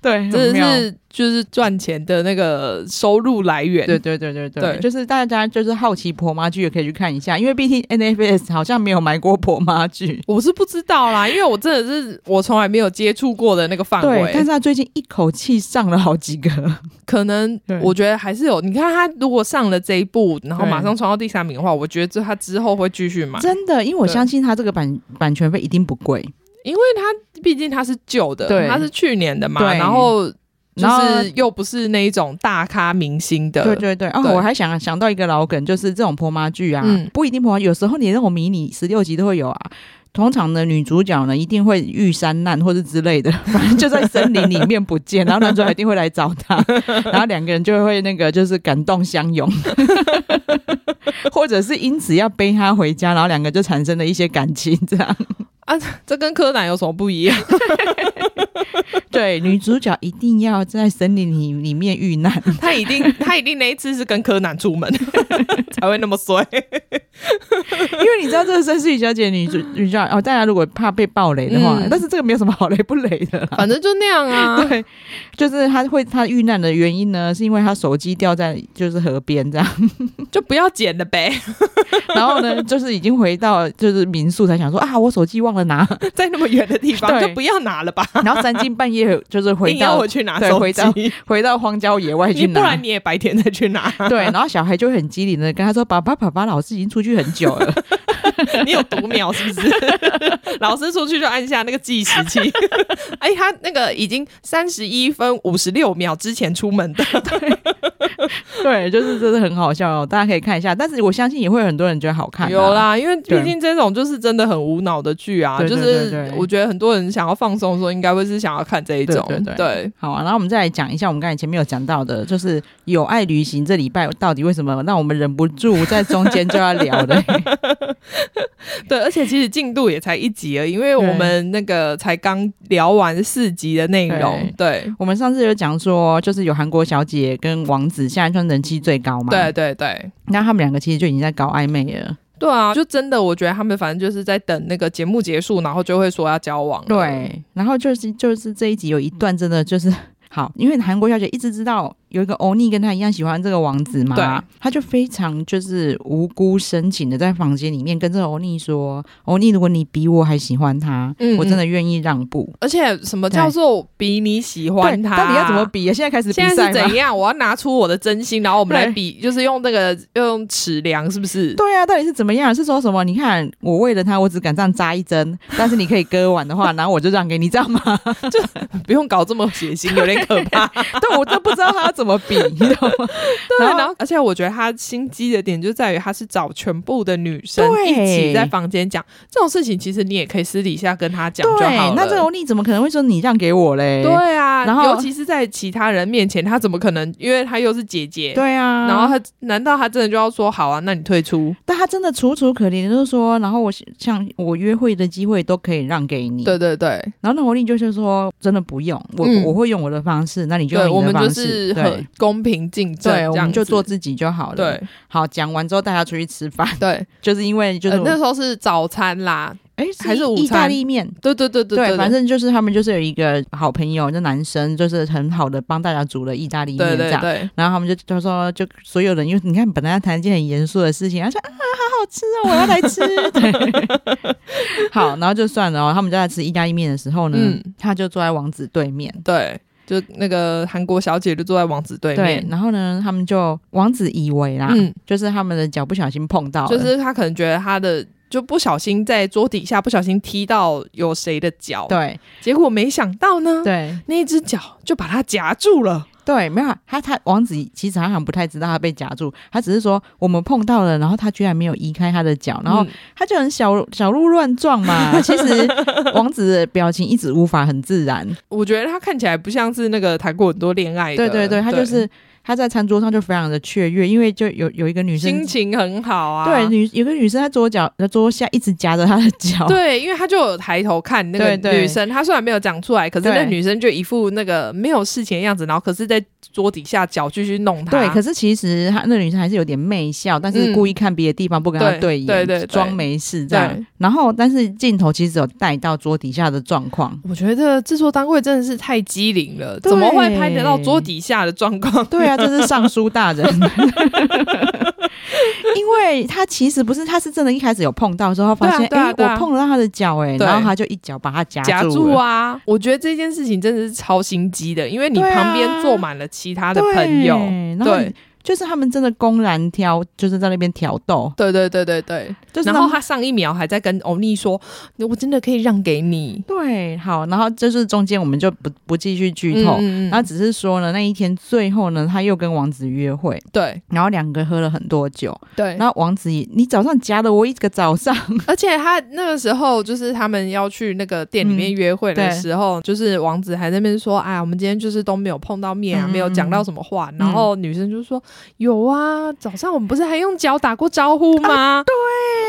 Speaker 1: 对，
Speaker 2: 真
Speaker 1: 很妙
Speaker 2: 的是嗯就是赚钱的那个收入来源。
Speaker 1: 对对对对对，
Speaker 2: 对
Speaker 1: 就是大家就是好奇婆妈剧也可以去看一下，因为毕竟 NFS 好像没有买过婆妈剧。
Speaker 2: 我是不知道啦，因为我真的是我从来没有接触过的那个范
Speaker 1: 对，但
Speaker 2: 围
Speaker 1: 是，他最近一口气上了好
Speaker 2: [LAUGHS]
Speaker 1: 几个，
Speaker 2: 可能
Speaker 1: 对
Speaker 2: 我觉得还是有。你看他如果上了这一步，然后
Speaker 1: 对
Speaker 2: 马上冲到第三名的话，我觉得这他之后会继续买，
Speaker 1: 真的，因为我
Speaker 2: 对
Speaker 1: 相信他这个版版权费一定不贵，
Speaker 2: 因为他毕竟他是旧的
Speaker 1: 对，
Speaker 2: 他是去年的嘛，
Speaker 1: 对
Speaker 2: 然后就
Speaker 1: 然后
Speaker 2: 是又不是那一种大咖明星的，
Speaker 1: 对对对，哦，
Speaker 2: 对
Speaker 1: 我还想想到一个老梗，就是这种婆妈剧啊，
Speaker 2: 嗯
Speaker 1: 不一定婆妈，有时候你那种迷你十六集都会有啊。通常呢，女主角呢一定会遇山难或者之类的， [LAUGHS] 反正就在森林里面不见，然后男主角一定会来找 [LAUGHS] 她，然后两个人就会那个就是感动相拥， [LAUGHS] 或者是因此要背她回家，然后两个就产生了一些感情，这样。
Speaker 2: 这跟柯南有什么不一样？
Speaker 1: [LAUGHS] 对，女主角一定要在森林里里面遇难，
Speaker 2: 他一定他一定那一次是跟柯南
Speaker 1: [LAUGHS]
Speaker 2: 出门才会那么衰。
Speaker 1: [LAUGHS] 因为你知道这个绅士雨小姐女主女主角哦，大家如果怕被暴雷的话，
Speaker 2: 嗯
Speaker 1: 但是这个没有什么好雷不雷的啦。
Speaker 2: [LAUGHS] 反正就那样啊。
Speaker 1: 对，就是她会她遇难的原因呢，是因为她手机掉在就是河边
Speaker 2: [LAUGHS]
Speaker 1: 这样，
Speaker 2: 就不要剪了呗，
Speaker 1: 然后呢就是已经回到就是民宿才想说啊，我手机忘了
Speaker 2: [LAUGHS]
Speaker 1: 拿，
Speaker 2: 在那么远的地方
Speaker 1: 对
Speaker 2: 就不要拿了吧，
Speaker 1: 然后三更半夜就是回
Speaker 2: 硬要
Speaker 1: 到
Speaker 2: 我去拿
Speaker 1: 对
Speaker 2: 手
Speaker 1: 回到
Speaker 2: 机，
Speaker 1: 回到荒郊野外
Speaker 2: 你
Speaker 1: 去
Speaker 2: 不
Speaker 1: 拿
Speaker 2: 然。你也白天再
Speaker 1: [LAUGHS]
Speaker 2: 去拿，
Speaker 1: 对，然后小孩就会很机灵的跟他说：“爸爸，爸爸，老师已经出去很久了。
Speaker 2: 你有读秒是不是？
Speaker 1: [LAUGHS]
Speaker 2: 老师出去就按下那个计时器，哎，他那个已经三十一分五十六秒之前出门的，”
Speaker 1: 对，就是真的很好笑哦，大家可以看一下。但是我相信也会有很多人觉得好看、啊。
Speaker 2: 有，啦，因为
Speaker 1: 对
Speaker 2: 毕竟这种就是真的很无脑的剧啊，
Speaker 1: 对
Speaker 2: 就
Speaker 1: 对对
Speaker 2: 是
Speaker 1: 对
Speaker 2: 我觉得很多人想要放松的时候，应该会是想要看这一种，
Speaker 1: 对对对
Speaker 2: 对
Speaker 1: 好啊，然后我们再来讲一下我们刚才前面有讲到的，就是《有爱旅行》这礼拜到底为什么让我们忍不住在中间就要聊的？
Speaker 2: 对，而且其实进度也才一集而已，因为我
Speaker 1: 对
Speaker 2: 们那个才刚聊完四集的内容，对。
Speaker 1: 我们上次有讲说，就是有韩国小姐跟王子现在算人气最高嘛，
Speaker 2: 对，对对
Speaker 1: 那他们两个其实就已经在搞暧昧了。
Speaker 2: 对啊！就真的，我觉得他们反正就是在等那个节目结束，然后就会说要交往。，
Speaker 1: 对，然后就是就是这一集有一段真的就是。 [LAUGHS] 好，因为韩国小姐一直知道有一个欧尼跟她一样喜欢这个王子嘛，
Speaker 2: 对，
Speaker 1: 她就非常就是无辜深情的在房间里面跟这个欧尼说：“欧尼，如果你比我还喜欢他，
Speaker 2: 嗯
Speaker 1: 我真的愿意让步。
Speaker 2: 而且什么叫做比你
Speaker 1: 对，
Speaker 2: 喜欢他？
Speaker 1: 到底要怎么？比啊？现在开始比
Speaker 2: 现在
Speaker 1: 赛
Speaker 2: 是
Speaker 1: 吗？
Speaker 2: 怎样？我要拿出我的真心，然后我们来
Speaker 1: 对
Speaker 2: 比，就是用那个用尺量，是不是？
Speaker 1: 对啊，到底是怎么样？是说什么？你看，我为了他，我只敢这样扎一
Speaker 2: [LAUGHS]
Speaker 1: 针，但是你可以割腕的话，然后我就让给你，这样吗？
Speaker 2: 不用搞这么血 [LAUGHS] 腥，有点可怕。
Speaker 1: 但我都不知道他要怎么比，你知道吗？
Speaker 2: 对，
Speaker 1: 然后
Speaker 2: 然后而且我觉得他心机的点就在于他是找全部的女生
Speaker 1: 对
Speaker 2: 一起在房间讲这种事情，其实你也可以私底下跟他讲就
Speaker 1: 对
Speaker 2: 好了。，
Speaker 1: 那这个欧尼怎么可能会说你让给我嘞？
Speaker 2: 对啊，
Speaker 1: 然后
Speaker 2: 尤其是在其他人面前，他怎么可能？因为他又是姐姐，、
Speaker 1: 对啊，
Speaker 2: 欸然后他难道他真的就要说好啊？那你退出？
Speaker 1: 但他真的楚楚可怜，就是说，然后我像我约会的机会都可以让给你，
Speaker 2: 对对对，
Speaker 1: 然后那欧尼就是说，真的不用，我、
Speaker 2: 嗯
Speaker 1: 我会用我的方式，那你就
Speaker 2: 对我
Speaker 1: 用你
Speaker 2: 们
Speaker 1: 的
Speaker 2: 就
Speaker 1: 方
Speaker 2: 是
Speaker 1: 式，
Speaker 2: 很
Speaker 1: 对
Speaker 2: 公平竞争，
Speaker 1: 对，我
Speaker 2: 这样
Speaker 1: 们
Speaker 2: 子
Speaker 1: 就做自己就好了。
Speaker 2: 对，
Speaker 1: 好，讲完之后大家出去吃饭， [LAUGHS]
Speaker 2: 对，
Speaker 1: 就是因为就是
Speaker 2: 呃
Speaker 1: 我
Speaker 2: 那时候是早餐啦，
Speaker 1: 哎、
Speaker 2: 还是午
Speaker 1: 意大
Speaker 2: 餐
Speaker 1: 利面。
Speaker 2: 对对对对对，
Speaker 1: 反正就是他们就是有一个好朋友，那男生就是很好的帮大家煮了意大利面
Speaker 2: 对
Speaker 1: 这
Speaker 2: 对
Speaker 1: 样。
Speaker 2: 对。
Speaker 1: 然后他们就就说，就所有人，因为你看本来要谈一件很严肃的事情，他说啊，好好吃哦，我要来
Speaker 2: [LAUGHS]
Speaker 1: 吃。对，好，然后就算了哦。他们就在吃意大利面的时候呢，
Speaker 2: 嗯
Speaker 1: 他就坐在王子对面，
Speaker 2: 对，就那个韩国小姐就坐在王子对面
Speaker 1: 对，，然后呢，他们就王子以为啦，
Speaker 2: 嗯，
Speaker 1: 就是他们的脚不小心碰到了，
Speaker 2: 啊就是他可能觉得他的就不小心在桌底下不小心踢到有谁的脚，，
Speaker 1: 对
Speaker 2: 结果没想到呢，
Speaker 1: 对
Speaker 2: 那一只脚就把他夹住了，
Speaker 1: 对，没有他他王子其实他好像不太知道他被夹住，他只是说我们碰到了，然后他居然没有移开他的脚，然后
Speaker 2: 嗯
Speaker 1: 他就很小小鹿乱撞嘛。其实王子的表情一直无法很自然，
Speaker 2: 我觉得他看起来不像是那个谈过很多恋爱的，
Speaker 1: 对对对，他就是他在餐桌上就非常的雀跃，因为就有有一个女
Speaker 2: 心
Speaker 1: 生。
Speaker 2: 情很好啊，
Speaker 1: 对，。女有个女生在桌角在桌下一直夹着他的脚，
Speaker 2: 对，因为他就有抬头看那个
Speaker 1: 对对
Speaker 2: 女生，她虽然没有讲出来，可是
Speaker 1: 对
Speaker 2: 那女生就一副那个没有事情的样子，然后可是在桌底下脚继续弄他。
Speaker 1: 对，可是其实她那个女生还是有点媚笑，但是
Speaker 2: 啊嗯
Speaker 1: 故意看别的地方，不跟她
Speaker 2: 对
Speaker 1: 眼，
Speaker 2: 对对对
Speaker 1: 装没事这样
Speaker 2: 对。
Speaker 1: 然后，但是镜头其实有带到桌底下的状
Speaker 2: [LAUGHS]
Speaker 1: 况。
Speaker 2: 我觉得制作单位真的是太机灵了，
Speaker 1: 对
Speaker 2: 怎么会拍得到桌底下的状况？
Speaker 1: 对啊，这是尚书大人， [LAUGHS] 因为他其实不是，他是真的一开始有碰到之后，发现
Speaker 2: 对
Speaker 1: 哎、
Speaker 2: 啊对啊对啊
Speaker 1: 我碰了他的脚哎、
Speaker 2: 对
Speaker 1: 然后他就一脚把他夹
Speaker 2: [LAUGHS] 夹
Speaker 1: 住
Speaker 2: 住
Speaker 1: 了。
Speaker 2: 啊！我觉得这件事情真的是超心机的，因为你
Speaker 1: 对啊
Speaker 2: 旁边坐满了其他的
Speaker 1: 对
Speaker 2: 朋友，
Speaker 1: 然后
Speaker 2: 对
Speaker 1: 就是他们真的公然挑，就是在那边挑逗，
Speaker 2: 对对对对对。
Speaker 1: 就是
Speaker 2: 然
Speaker 1: 让
Speaker 2: 后他上一秒还在跟欧尼说：“我真的可以让给你。
Speaker 1: 对好，然后就是中间我们就不不继续剧透，
Speaker 2: 嗯嗯嗯
Speaker 1: 然后只是说呢，那一天最后呢，他又跟王子约会，
Speaker 2: 对
Speaker 1: 然后两个喝了很多酒，
Speaker 2: 对，
Speaker 1: 然后王子也，你早上夹了我一个早上，
Speaker 2: 而且他那个时候就是他们要去那个店里
Speaker 1: 嗯
Speaker 2: 面约会的时候，就是王子还在那边说：“哎，我们今天就是都没有碰到面啊，
Speaker 1: 嗯
Speaker 2: 没有讲到什么话。然后女生就说：“有啊，早上我们不是还用脚打过招呼
Speaker 1: 啊
Speaker 2: 吗？”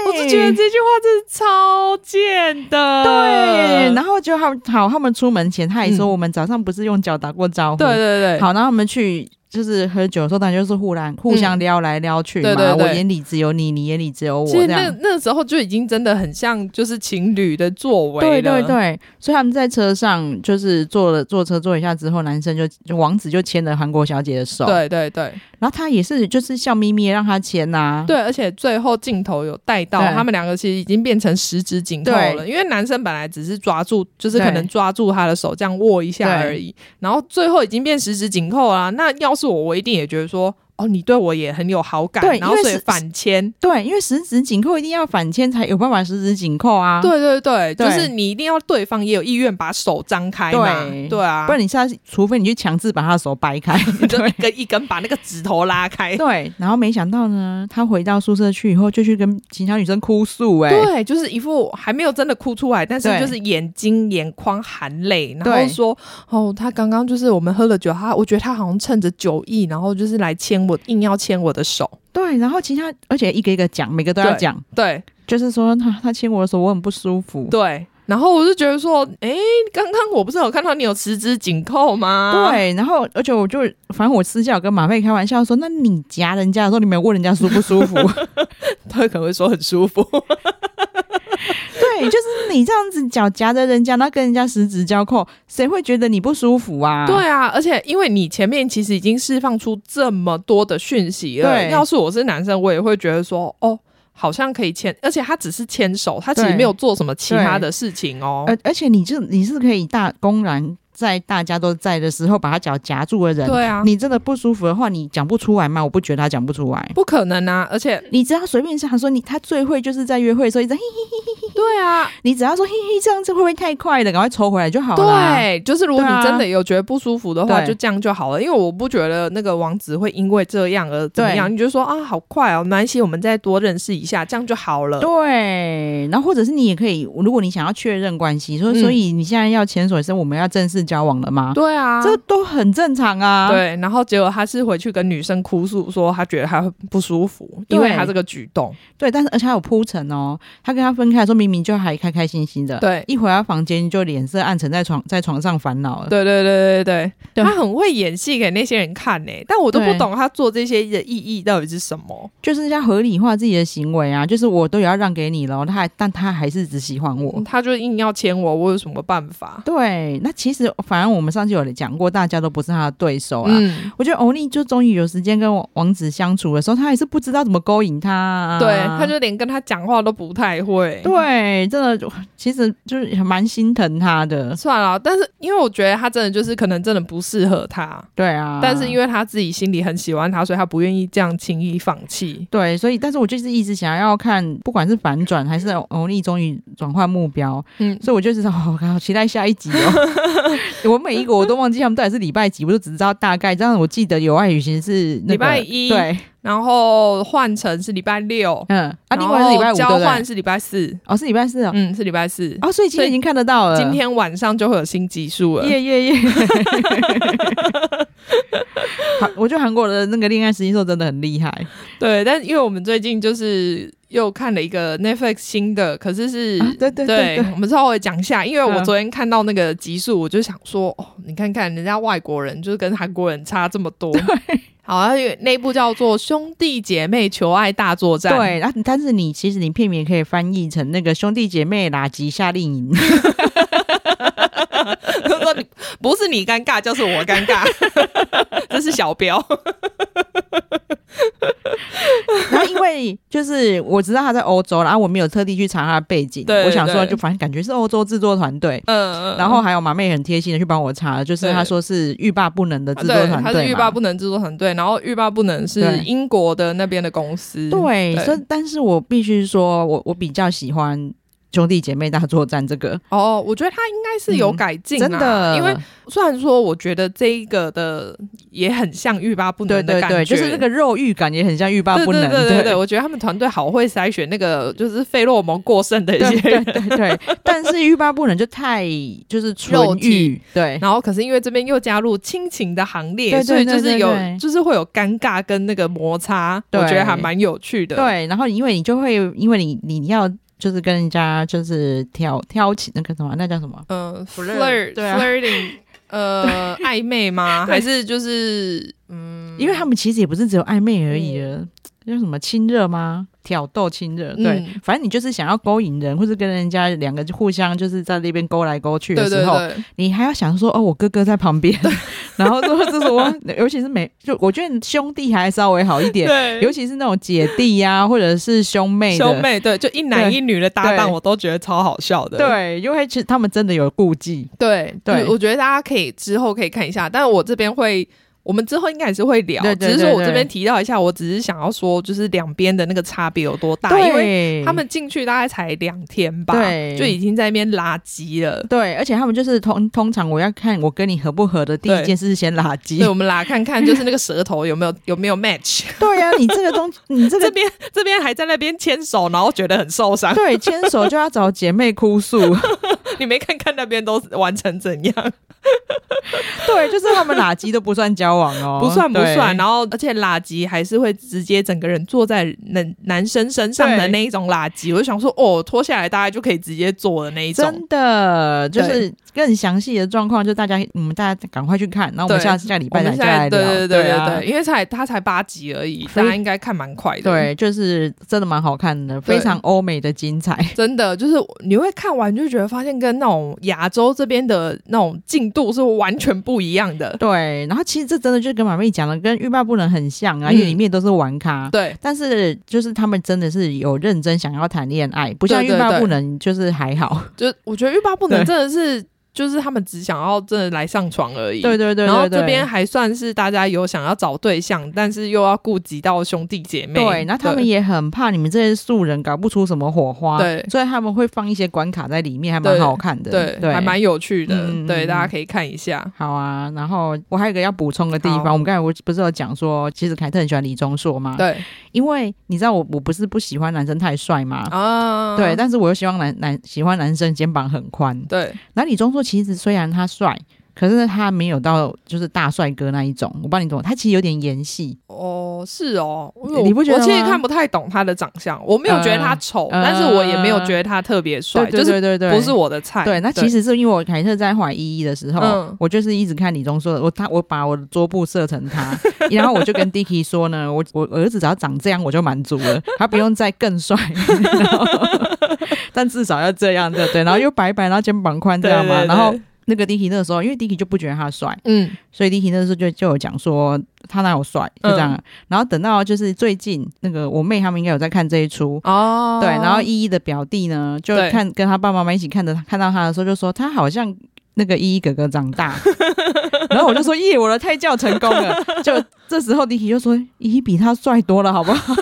Speaker 2: 我就觉得这句话真是超贱的。
Speaker 1: 对，然后就他们好，他们出门前他还说
Speaker 2: 呃嗯
Speaker 1: 我们早上不是用脚打过招呼，
Speaker 2: 对对对，
Speaker 1: 好，然后我们去。就是喝酒的时候，当然就是互然互相撩来撩去嘛。
Speaker 2: 嗯对对对
Speaker 1: 我眼里只有你，你眼里只有我，
Speaker 2: 其实
Speaker 1: 这
Speaker 2: 那
Speaker 1: 样。
Speaker 2: 那时候就已经真的很像就是情侣的作为
Speaker 1: 对
Speaker 2: 了。
Speaker 1: 对对，所以他们在车上就是坐了坐车坐一下之后，男生就就王子就牵了韩国小姐的手，
Speaker 2: 对对对
Speaker 1: 然后他也是就是笑眯眯地让他牵呐、
Speaker 2: 对，而且最后镜头有带到
Speaker 1: 对
Speaker 2: 他们两个其实已经变成十指紧扣了，因为男生本来只是抓住，就是可能
Speaker 1: 对
Speaker 2: 抓住他的手这样握一下
Speaker 1: 对
Speaker 2: 而已，然后最后已经变十指紧扣啦、那要是我，我一定也觉得说，哦，你对我也很有好感
Speaker 1: 对，
Speaker 2: 然后
Speaker 1: 因为
Speaker 2: 所以
Speaker 1: 是
Speaker 2: 反牵。
Speaker 1: 对，因为十指紧扣一定要反牵才有办法十指紧扣啊。
Speaker 2: 对对对，
Speaker 1: 对
Speaker 2: 就是你一定要对方也有意愿把手张开嘛，
Speaker 1: 对
Speaker 2: 对啊，
Speaker 1: 不然你下次，除非你去强制把他的手掰
Speaker 2: [LAUGHS]
Speaker 1: 开。
Speaker 2: 你就一根一根把那个指头拉
Speaker 1: [LAUGHS]
Speaker 2: 开，
Speaker 1: 对，然后没想到呢，他回到宿舍去以后，就去跟其他女生哭诉、哎，
Speaker 2: 对，就是一副还没有真的哭出来，但是
Speaker 1: 对
Speaker 2: 就是眼睛眼眶含泪，然后
Speaker 1: 对
Speaker 2: 说：“哦，他刚刚就是我们喝了酒，他我觉得他好像趁着酒意，然后就是来牵我，硬要牵我的手。
Speaker 1: 对，然后其他而且一个一个讲，每个都要
Speaker 2: 对
Speaker 1: 讲，
Speaker 2: 对”
Speaker 1: 就是说他他牵我的手，我很不舒服
Speaker 2: 对。然后我就觉得说：“诶，刚刚我不是有看到你有十指紧扣吗？”。
Speaker 1: 对，然后而且我就反正我私下有跟马妹开玩笑说，那你夹人家的时候，你没有问人家舒不舒服？ [LAUGHS]
Speaker 2: 他可能会说很舒服，
Speaker 1: 对，就是你这样子脚夹着人家，然后跟人家十指交扣，谁会觉得你不舒服啊？
Speaker 2: 对啊，而且因为你前面其实已经释放出这么多的讯息了，
Speaker 1: 对
Speaker 2: 要是我是男生，我也会觉得说，哦，好像可以牵，而且他只是牵手，他其实
Speaker 1: 对
Speaker 2: 没有做什么其他的事情哦。
Speaker 1: 而而且你就你是可以大公然在大家都在的时候把他脚夹住的人，
Speaker 2: 对啊，
Speaker 1: 你真的不舒服的话，你讲不出来吗？我不觉得他讲不出来。
Speaker 2: 不可能啊！而且，
Speaker 1: 你只要随便想说你，他最会就是在约会的时候一直嘿，
Speaker 2: 对啊，
Speaker 1: 你只要说嘿嘿，这样子会不会太快了？赶快抽回来就好了。，
Speaker 2: 对，就是如果
Speaker 1: 对
Speaker 2: 你
Speaker 1: 啊
Speaker 2: 真的有觉得不舒服的话，
Speaker 1: 对
Speaker 2: 就这样就好了。因为我不觉得那个王子会因为这样而怎么
Speaker 1: 对
Speaker 2: 样，你就说啊，好快哦，没关系，我们再多认识一下，这样就好了。
Speaker 1: 对，然后或者是你也可以，如果你想要确认关系，所以、
Speaker 2: 嗯
Speaker 1: 所以你现在要牵手也是我们要正式交往了吗？
Speaker 2: 对啊，
Speaker 1: 这都很正常啊。
Speaker 2: 对，然后结果他是回去跟女生哭诉说，他觉得他不舒服，因为
Speaker 1: 对
Speaker 2: 他这个举动。
Speaker 1: 对，但是而且还有铺陈哦，他跟他分开的时候明明就还开开心心的，
Speaker 2: 对
Speaker 1: 一回到房间就脸色暗沉，在床在床上烦恼了。
Speaker 2: 对对对对对，
Speaker 1: 对
Speaker 2: 他很会演戏给那些人看呢、但我都不
Speaker 1: 对
Speaker 2: 懂他做这些的意义到底是什么。
Speaker 1: 就是要合理化自己的行为啊，就是我都也要让给你了，他还但他还是只喜欢我。
Speaker 2: 他就硬要牵我，我有什么办法？
Speaker 1: 对，那其实反正我们上次有讲过，大家都不是他的对手啊啦。
Speaker 2: 嗯，
Speaker 1: 我觉得欧尼就终于有时间跟王王子相处的时候，他还是不知道怎么勾引他、啊。
Speaker 2: 对，他就连跟他讲话都不太会。
Speaker 1: 对，对，真的其实就是蛮心疼他的。
Speaker 2: 算了，但是因为我觉得他真的就是可能真的不适合他，
Speaker 1: 对啊，
Speaker 2: 但是因
Speaker 1: 为
Speaker 2: 为他自己心里很喜欢他，所以他不愿意这样轻易放弃。
Speaker 1: 对，所以但是我就是一直想要看，不管是反转还是欧力终于转换目标，
Speaker 2: 嗯，
Speaker 1: 所以我就是好、哦好期待下一集哦。
Speaker 2: [LAUGHS]
Speaker 1: 我每一个我都忘记他们到底是礼拜几，我就只知道大概。这样我记得有爱旅行是、那个
Speaker 2: 礼拜一
Speaker 1: 对，
Speaker 2: 然后换成是礼拜六，
Speaker 1: 嗯，啊，另
Speaker 2: 然
Speaker 1: 外是礼拜
Speaker 2: 后
Speaker 1: 五对
Speaker 2: 哦交
Speaker 1: 不
Speaker 2: 换
Speaker 1: 对？
Speaker 2: 是礼拜四，
Speaker 1: 哦，是礼拜四哦，
Speaker 2: 嗯，是礼拜四。
Speaker 1: 哦，所以今
Speaker 2: 所
Speaker 1: 天
Speaker 2: 以
Speaker 1: 已经看得到了。
Speaker 2: 今天晚上就会有新集数了。
Speaker 1: 耶耶耶！好，我觉得 [LAUGHS] 韩国 [LAUGHS] 的那个恋爱实习兽真的很厉害。
Speaker 2: 对，但因为我们最近就是又看了一个 Netflix 新的，可是是、
Speaker 1: 啊对对对对
Speaker 2: 我们稍微讲一下，因为我
Speaker 1: 嗯
Speaker 2: 昨天看到那个集数，我就想说，哦，你看看人家外国人就是跟韩国人差这么
Speaker 1: [LAUGHS]
Speaker 2: 多。好，然后有那一部叫做《兄弟姐妹求爱大作战》，
Speaker 1: 对，然、后但是你其实你片名可以翻译成那个兄弟姐妹垃圾夏令 [LAUGHS] 营，
Speaker 2: 他 [LAUGHS] 说你不是你尴尬，就是我
Speaker 1: [LAUGHS]
Speaker 2: 尴尬，这是小标。
Speaker 1: 然后因为就是我知道他在欧洲，然后我没有特地去查他的背景，
Speaker 2: 对
Speaker 1: 我想说
Speaker 2: 对
Speaker 1: 就反正感觉是欧洲制作团队，
Speaker 2: 嗯，
Speaker 1: 然后还有马妹很贴心的去帮我查了，就是
Speaker 2: 对
Speaker 1: 他说是欲罢不能的制作
Speaker 2: 对，
Speaker 1: 团
Speaker 2: 他是
Speaker 1: 队
Speaker 2: 欲
Speaker 1: 嘛
Speaker 2: 罢。不能制作团队，然后欲罢不能是
Speaker 1: 对
Speaker 2: 英国的那边的公司。
Speaker 1: 对，所以但是我必须说，我我比较喜欢兄弟姐妹大作战这个，
Speaker 2: 哦，我觉得他应该是有
Speaker 1: 嗯
Speaker 2: 改进、啊
Speaker 1: 真的，
Speaker 2: 因为虽然说我觉得这一个的也很像欲罢不
Speaker 1: 对
Speaker 2: 能的
Speaker 1: 对
Speaker 2: 感觉，
Speaker 1: 对，就是那个肉欲感也很像欲罢
Speaker 2: 对
Speaker 1: 不能，
Speaker 2: 对对对对，我觉得他们团队好会筛选那个就是费洛蒙过剩的一
Speaker 1: 对
Speaker 2: 些人
Speaker 1: 对。对对，但是欲罢不能就太就是
Speaker 2: 肉
Speaker 1: 纯
Speaker 2: 体
Speaker 1: 欲，对
Speaker 2: [LAUGHS] 然后，可是因为这边又加入亲情的行列，
Speaker 1: 对对对
Speaker 2: 所以就是
Speaker 1: 对
Speaker 2: 有，
Speaker 1: 对
Speaker 2: 就是会有尴尬跟那个摩擦，我
Speaker 1: 对
Speaker 2: 觉得还蛮有趣的。
Speaker 1: 对，然后因为你就会因为你你要就是跟人家就是挑挑起那个什么，那叫什么？
Speaker 2: 嗯、f l i r
Speaker 1: Flirt，
Speaker 2: t
Speaker 1: 对啊
Speaker 2: flirting，呃，
Speaker 1: [LAUGHS]
Speaker 2: 暧昧吗？
Speaker 1: 对
Speaker 2: 还是就是嗯，
Speaker 1: 因为他们其实也不是只有暧昧而已了，叫什么亲热吗？挑逗亲热，对，
Speaker 2: 嗯
Speaker 1: 反正你就是想要勾引人，或是跟人家两个就互相就是在那边勾来勾去
Speaker 2: 对
Speaker 1: 的
Speaker 2: 对
Speaker 1: 时候，
Speaker 2: 对，
Speaker 1: 你还要想说哦，我哥哥在旁边， [LAUGHS] 然后说这是我，尤其是每就我觉得兄弟还稍微好一点，
Speaker 2: 对
Speaker 1: 尤其是那种姐弟呀、或者是兄妹的
Speaker 2: 兄妹对，就一男
Speaker 1: 对
Speaker 2: 一女的搭档，
Speaker 1: 对
Speaker 2: 我都觉得超好笑的。
Speaker 1: 对，因为其实他们真的有顾忌，
Speaker 2: 对
Speaker 1: 对
Speaker 2: 我我觉得大家可以之后可以看一下，但我这边会。我们之后应该也是会聊，
Speaker 1: 对对
Speaker 2: 只是说
Speaker 1: 对
Speaker 2: 我这
Speaker 1: 对
Speaker 2: 边提到一下，我只是想要说，就是两边的那个差别有多大，因为
Speaker 1: 对
Speaker 2: 他们进去大概才两天吧，
Speaker 1: 对
Speaker 2: 就已经在那边拉鸡了。
Speaker 1: 对，而且他们就是通通常我要看我跟你合不合的第
Speaker 2: 对
Speaker 1: 一件事是先垃圾
Speaker 2: 对，。我们来看看，就是那个舌头有没有有没有 match，
Speaker 1: 对呀、你这个东，你这
Speaker 2: [LAUGHS] 这
Speaker 1: 个
Speaker 2: 边这边还在那边牵手，然后觉得很受伤， [LAUGHS]
Speaker 1: 对牵手就要找姐妹哭诉。
Speaker 2: 你没看看那边都完成怎样？
Speaker 1: 对，就是他们垃圾都不算交往哦，
Speaker 2: 不算不
Speaker 1: 对
Speaker 2: 算，然后而且垃圾还是会直接整个人坐在男男生身上的
Speaker 1: 对
Speaker 2: 那一种垃圾，我就想说哦，脱下来大家就可以直接坐的那一
Speaker 1: 嗯
Speaker 2: 种。
Speaker 1: 真的就是更详细的状况，就大家我们大家赶快去看，然后我们
Speaker 2: 对
Speaker 1: 下下礼
Speaker 2: 我
Speaker 1: 拜
Speaker 2: 们
Speaker 1: 再
Speaker 2: 现
Speaker 1: 再
Speaker 2: 在
Speaker 1: 来聊。
Speaker 2: 对对对
Speaker 1: 啊
Speaker 2: 对，因为才他才八集而
Speaker 1: [LAUGHS]
Speaker 2: 已，大
Speaker 1: 所以
Speaker 2: 家应该看蛮快的。，
Speaker 1: 对，就是真的蛮好看的，非
Speaker 2: 对
Speaker 1: 常欧美的精彩。
Speaker 2: [LAUGHS] 真的就是你会看完就觉得发现跟那种亚洲这边的那种进度是完全不一样
Speaker 1: [LAUGHS]
Speaker 2: 的。
Speaker 1: 对，然后其实这真的就是跟马妹讲的，跟欲罢不能很像啊，
Speaker 2: 嗯
Speaker 1: 因为里面都是玩咖。
Speaker 2: 对
Speaker 1: 但是就是他们真的是有认真想要谈恋爱，不像
Speaker 2: 对
Speaker 1: 欲
Speaker 2: 对
Speaker 1: 罢
Speaker 2: 对
Speaker 1: 不能就是还好。
Speaker 2: 就我觉得欲罢不能
Speaker 1: 对
Speaker 2: 真的是就是他们只想要真的来上床而已。
Speaker 1: 对对对，
Speaker 2: 然后
Speaker 1: 对
Speaker 2: 这边
Speaker 1: 对
Speaker 2: 还算是大家有想要找对象，但是又要顾及到兄弟姐妹。
Speaker 1: 对，然后他们也啊很怕你们这些素人搞不出什么火花，
Speaker 2: 对
Speaker 1: 所以他们会放一些关卡在里面，还蛮
Speaker 2: 对
Speaker 1: 好看的，
Speaker 2: 对还蛮有趣的，
Speaker 1: 嗯嗯
Speaker 2: 对，大家可以看一下。
Speaker 1: 好啊。然后我还有一个要补充的地
Speaker 2: 好
Speaker 1: 方，我们刚才我不是有讲说，其实凯特很喜欢李钟硕嘛，，
Speaker 2: 对
Speaker 1: 因为你知道我我不是不喜欢男生太帅嘛，
Speaker 2: 啊，
Speaker 1: 对，但是我又希望男男喜欢男生肩膀很宽。
Speaker 2: 对
Speaker 1: 然后李钟硕其实虽然他帅，可是他没有到就是大帅哥那一种，我不知道你懂吗，他其实有点演戏。
Speaker 2: 哦，是哦，因为
Speaker 1: 你
Speaker 2: 我
Speaker 1: 不觉得
Speaker 2: 我其实
Speaker 1: 吗
Speaker 2: 看不太懂他的长相，我没有觉得他丑，
Speaker 1: 呃
Speaker 2: 但是我也没有觉得他特别帅，
Speaker 1: 对对对对
Speaker 2: 就
Speaker 1: 对，
Speaker 2: 是不是我的菜。
Speaker 1: 对，那其实是因为我凯特在怀依依的时候，
Speaker 2: 嗯
Speaker 1: 我就是一直看李钟硕，我他我把我的桌布设成他，然后我就跟 Dicky 说呢，我我儿子只要长这样我就满足了，他不用再更帅， [LAUGHS] 然后但至少要这样对对，然后又白白，然后肩膀宽，这样嘛，
Speaker 2: 对对对
Speaker 1: 然后。那个 Dicky 那个时候，因为 Dicky 就不觉得他帅，
Speaker 2: 嗯，
Speaker 1: 所以 Dicky 那时候就就有讲说他哪有帅，就这
Speaker 2: 嗯
Speaker 1: 样。然后等到就是最近那个我妹他们应该有在看这一出，
Speaker 2: 哦，
Speaker 1: 对，然后依依的表弟呢，就
Speaker 2: 对
Speaker 1: 看跟他爸爸妈妈一起看着看到他的时候，就说他好像那个依依哥哥长
Speaker 2: [LAUGHS]
Speaker 1: 大。然后我就说耶，我的胎教成功了。就这时候迪奇就说依依比他帅多了，好不
Speaker 2: [LAUGHS]
Speaker 1: 好？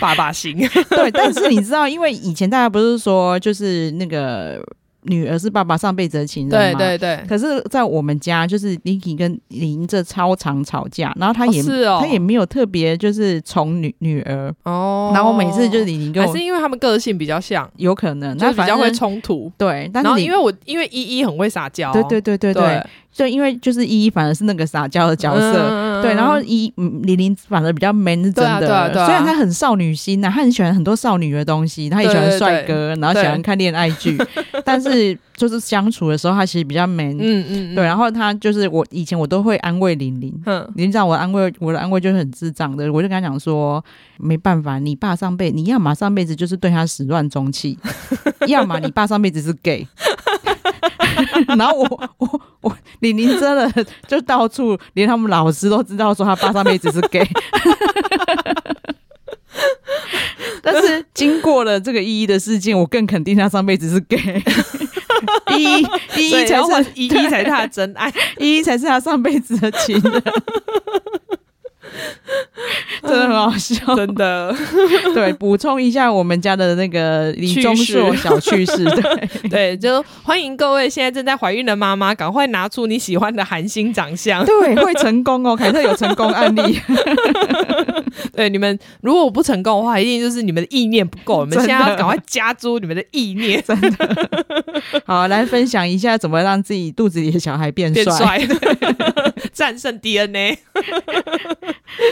Speaker 2: 爸爸型，
Speaker 1: [LAUGHS] 对，但是你知道，因为以前大家不是说就是那个女儿是爸爸上辈子的情人
Speaker 2: 对
Speaker 1: 吗？
Speaker 2: 对对，
Speaker 1: 可是，在我们家，就是 Niki 跟林这超常吵架，然后他也、
Speaker 2: 哦是哦
Speaker 1: 他也没有特别就是宠女女儿，
Speaker 2: 哦，
Speaker 1: 然后我每次就是李宁跟
Speaker 2: 还
Speaker 1: 我
Speaker 2: 是因为他们个性比较像，
Speaker 1: 有可能，
Speaker 2: 就
Speaker 1: 那
Speaker 2: 是比
Speaker 1: 反
Speaker 2: 较
Speaker 1: 正
Speaker 2: 会冲突。
Speaker 1: 对，但是
Speaker 2: 然后
Speaker 1: 你
Speaker 2: 因为我因为依依很会撒娇，
Speaker 1: 对对对对
Speaker 2: 对
Speaker 1: 对，就因为就是依依反而是那个撒娇的角色。
Speaker 2: 嗯
Speaker 1: 对，然后依嗯李玲反而比较 man 是真的，
Speaker 2: 对啊对啊对啊
Speaker 1: 虽然她很少女心呐、她很喜欢很多少女的东西，她也喜欢帅哥，然后喜欢看恋爱
Speaker 2: [LAUGHS]
Speaker 1: 剧，但是就是相处的时候，她其实比较 man、
Speaker 2: 嗯嗯，嗯
Speaker 1: 对，，然后她就是我以前我都会安慰玲玲，
Speaker 2: 嗯
Speaker 1: 你知道我安慰我的安慰就是很智障的，我就跟他讲说，没办法，你爸上辈你要么上辈子就是对他始乱终
Speaker 2: [LAUGHS]
Speaker 1: 弃，要么你爸上辈子是 gay。然后我我我李宁真的就到处连他们老师都知道说他爸上辈子是 gay，但是经过了这个依依的事件，我更肯定他上辈子是
Speaker 2: [LAUGHS]
Speaker 1: gay。依依依依
Speaker 2: 所以
Speaker 1: 才
Speaker 2: 要换
Speaker 1: 是
Speaker 2: 依依才是他的真
Speaker 1: [LAUGHS]
Speaker 2: 爱。
Speaker 1: 依依才是他上辈子的情人，真的很好 [LAUGHS] 笑。
Speaker 2: 真的，
Speaker 1: 对，补充一下我们家的那个李
Speaker 2: 趣
Speaker 1: 钟
Speaker 2: 事
Speaker 1: 硕小趣事， [LAUGHS] 对，
Speaker 2: [LAUGHS] 对，就欢迎各位现在正在怀孕的妈妈，赶快拿出你喜欢的韩星长相。
Speaker 1: 对，会成功哦，凯特有成功案例，
Speaker 2: 对，你们如果不成功的话，一定就是你们的意念不够，你们
Speaker 1: 真的
Speaker 2: 现在要赶快加诸你们的意念，
Speaker 1: 真的。好，来分享一下怎么让自己肚子里的小孩变
Speaker 2: [LAUGHS] 变
Speaker 1: 帅。
Speaker 2: 帅， [LAUGHS] 对战胜 DNA。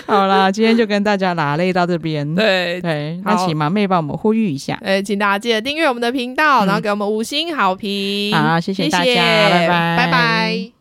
Speaker 1: 好啦，今天就跟大家拉累到这边。
Speaker 2: 对，
Speaker 1: 嗯对，那
Speaker 2: 好
Speaker 1: 请马妹帮我们呼吁一下。
Speaker 2: 哎，请大家记得订阅我们的频道，然后给我们五星好评。
Speaker 1: 嗯好谢谢大家
Speaker 2: 谢谢
Speaker 1: 拜拜
Speaker 2: 拜拜。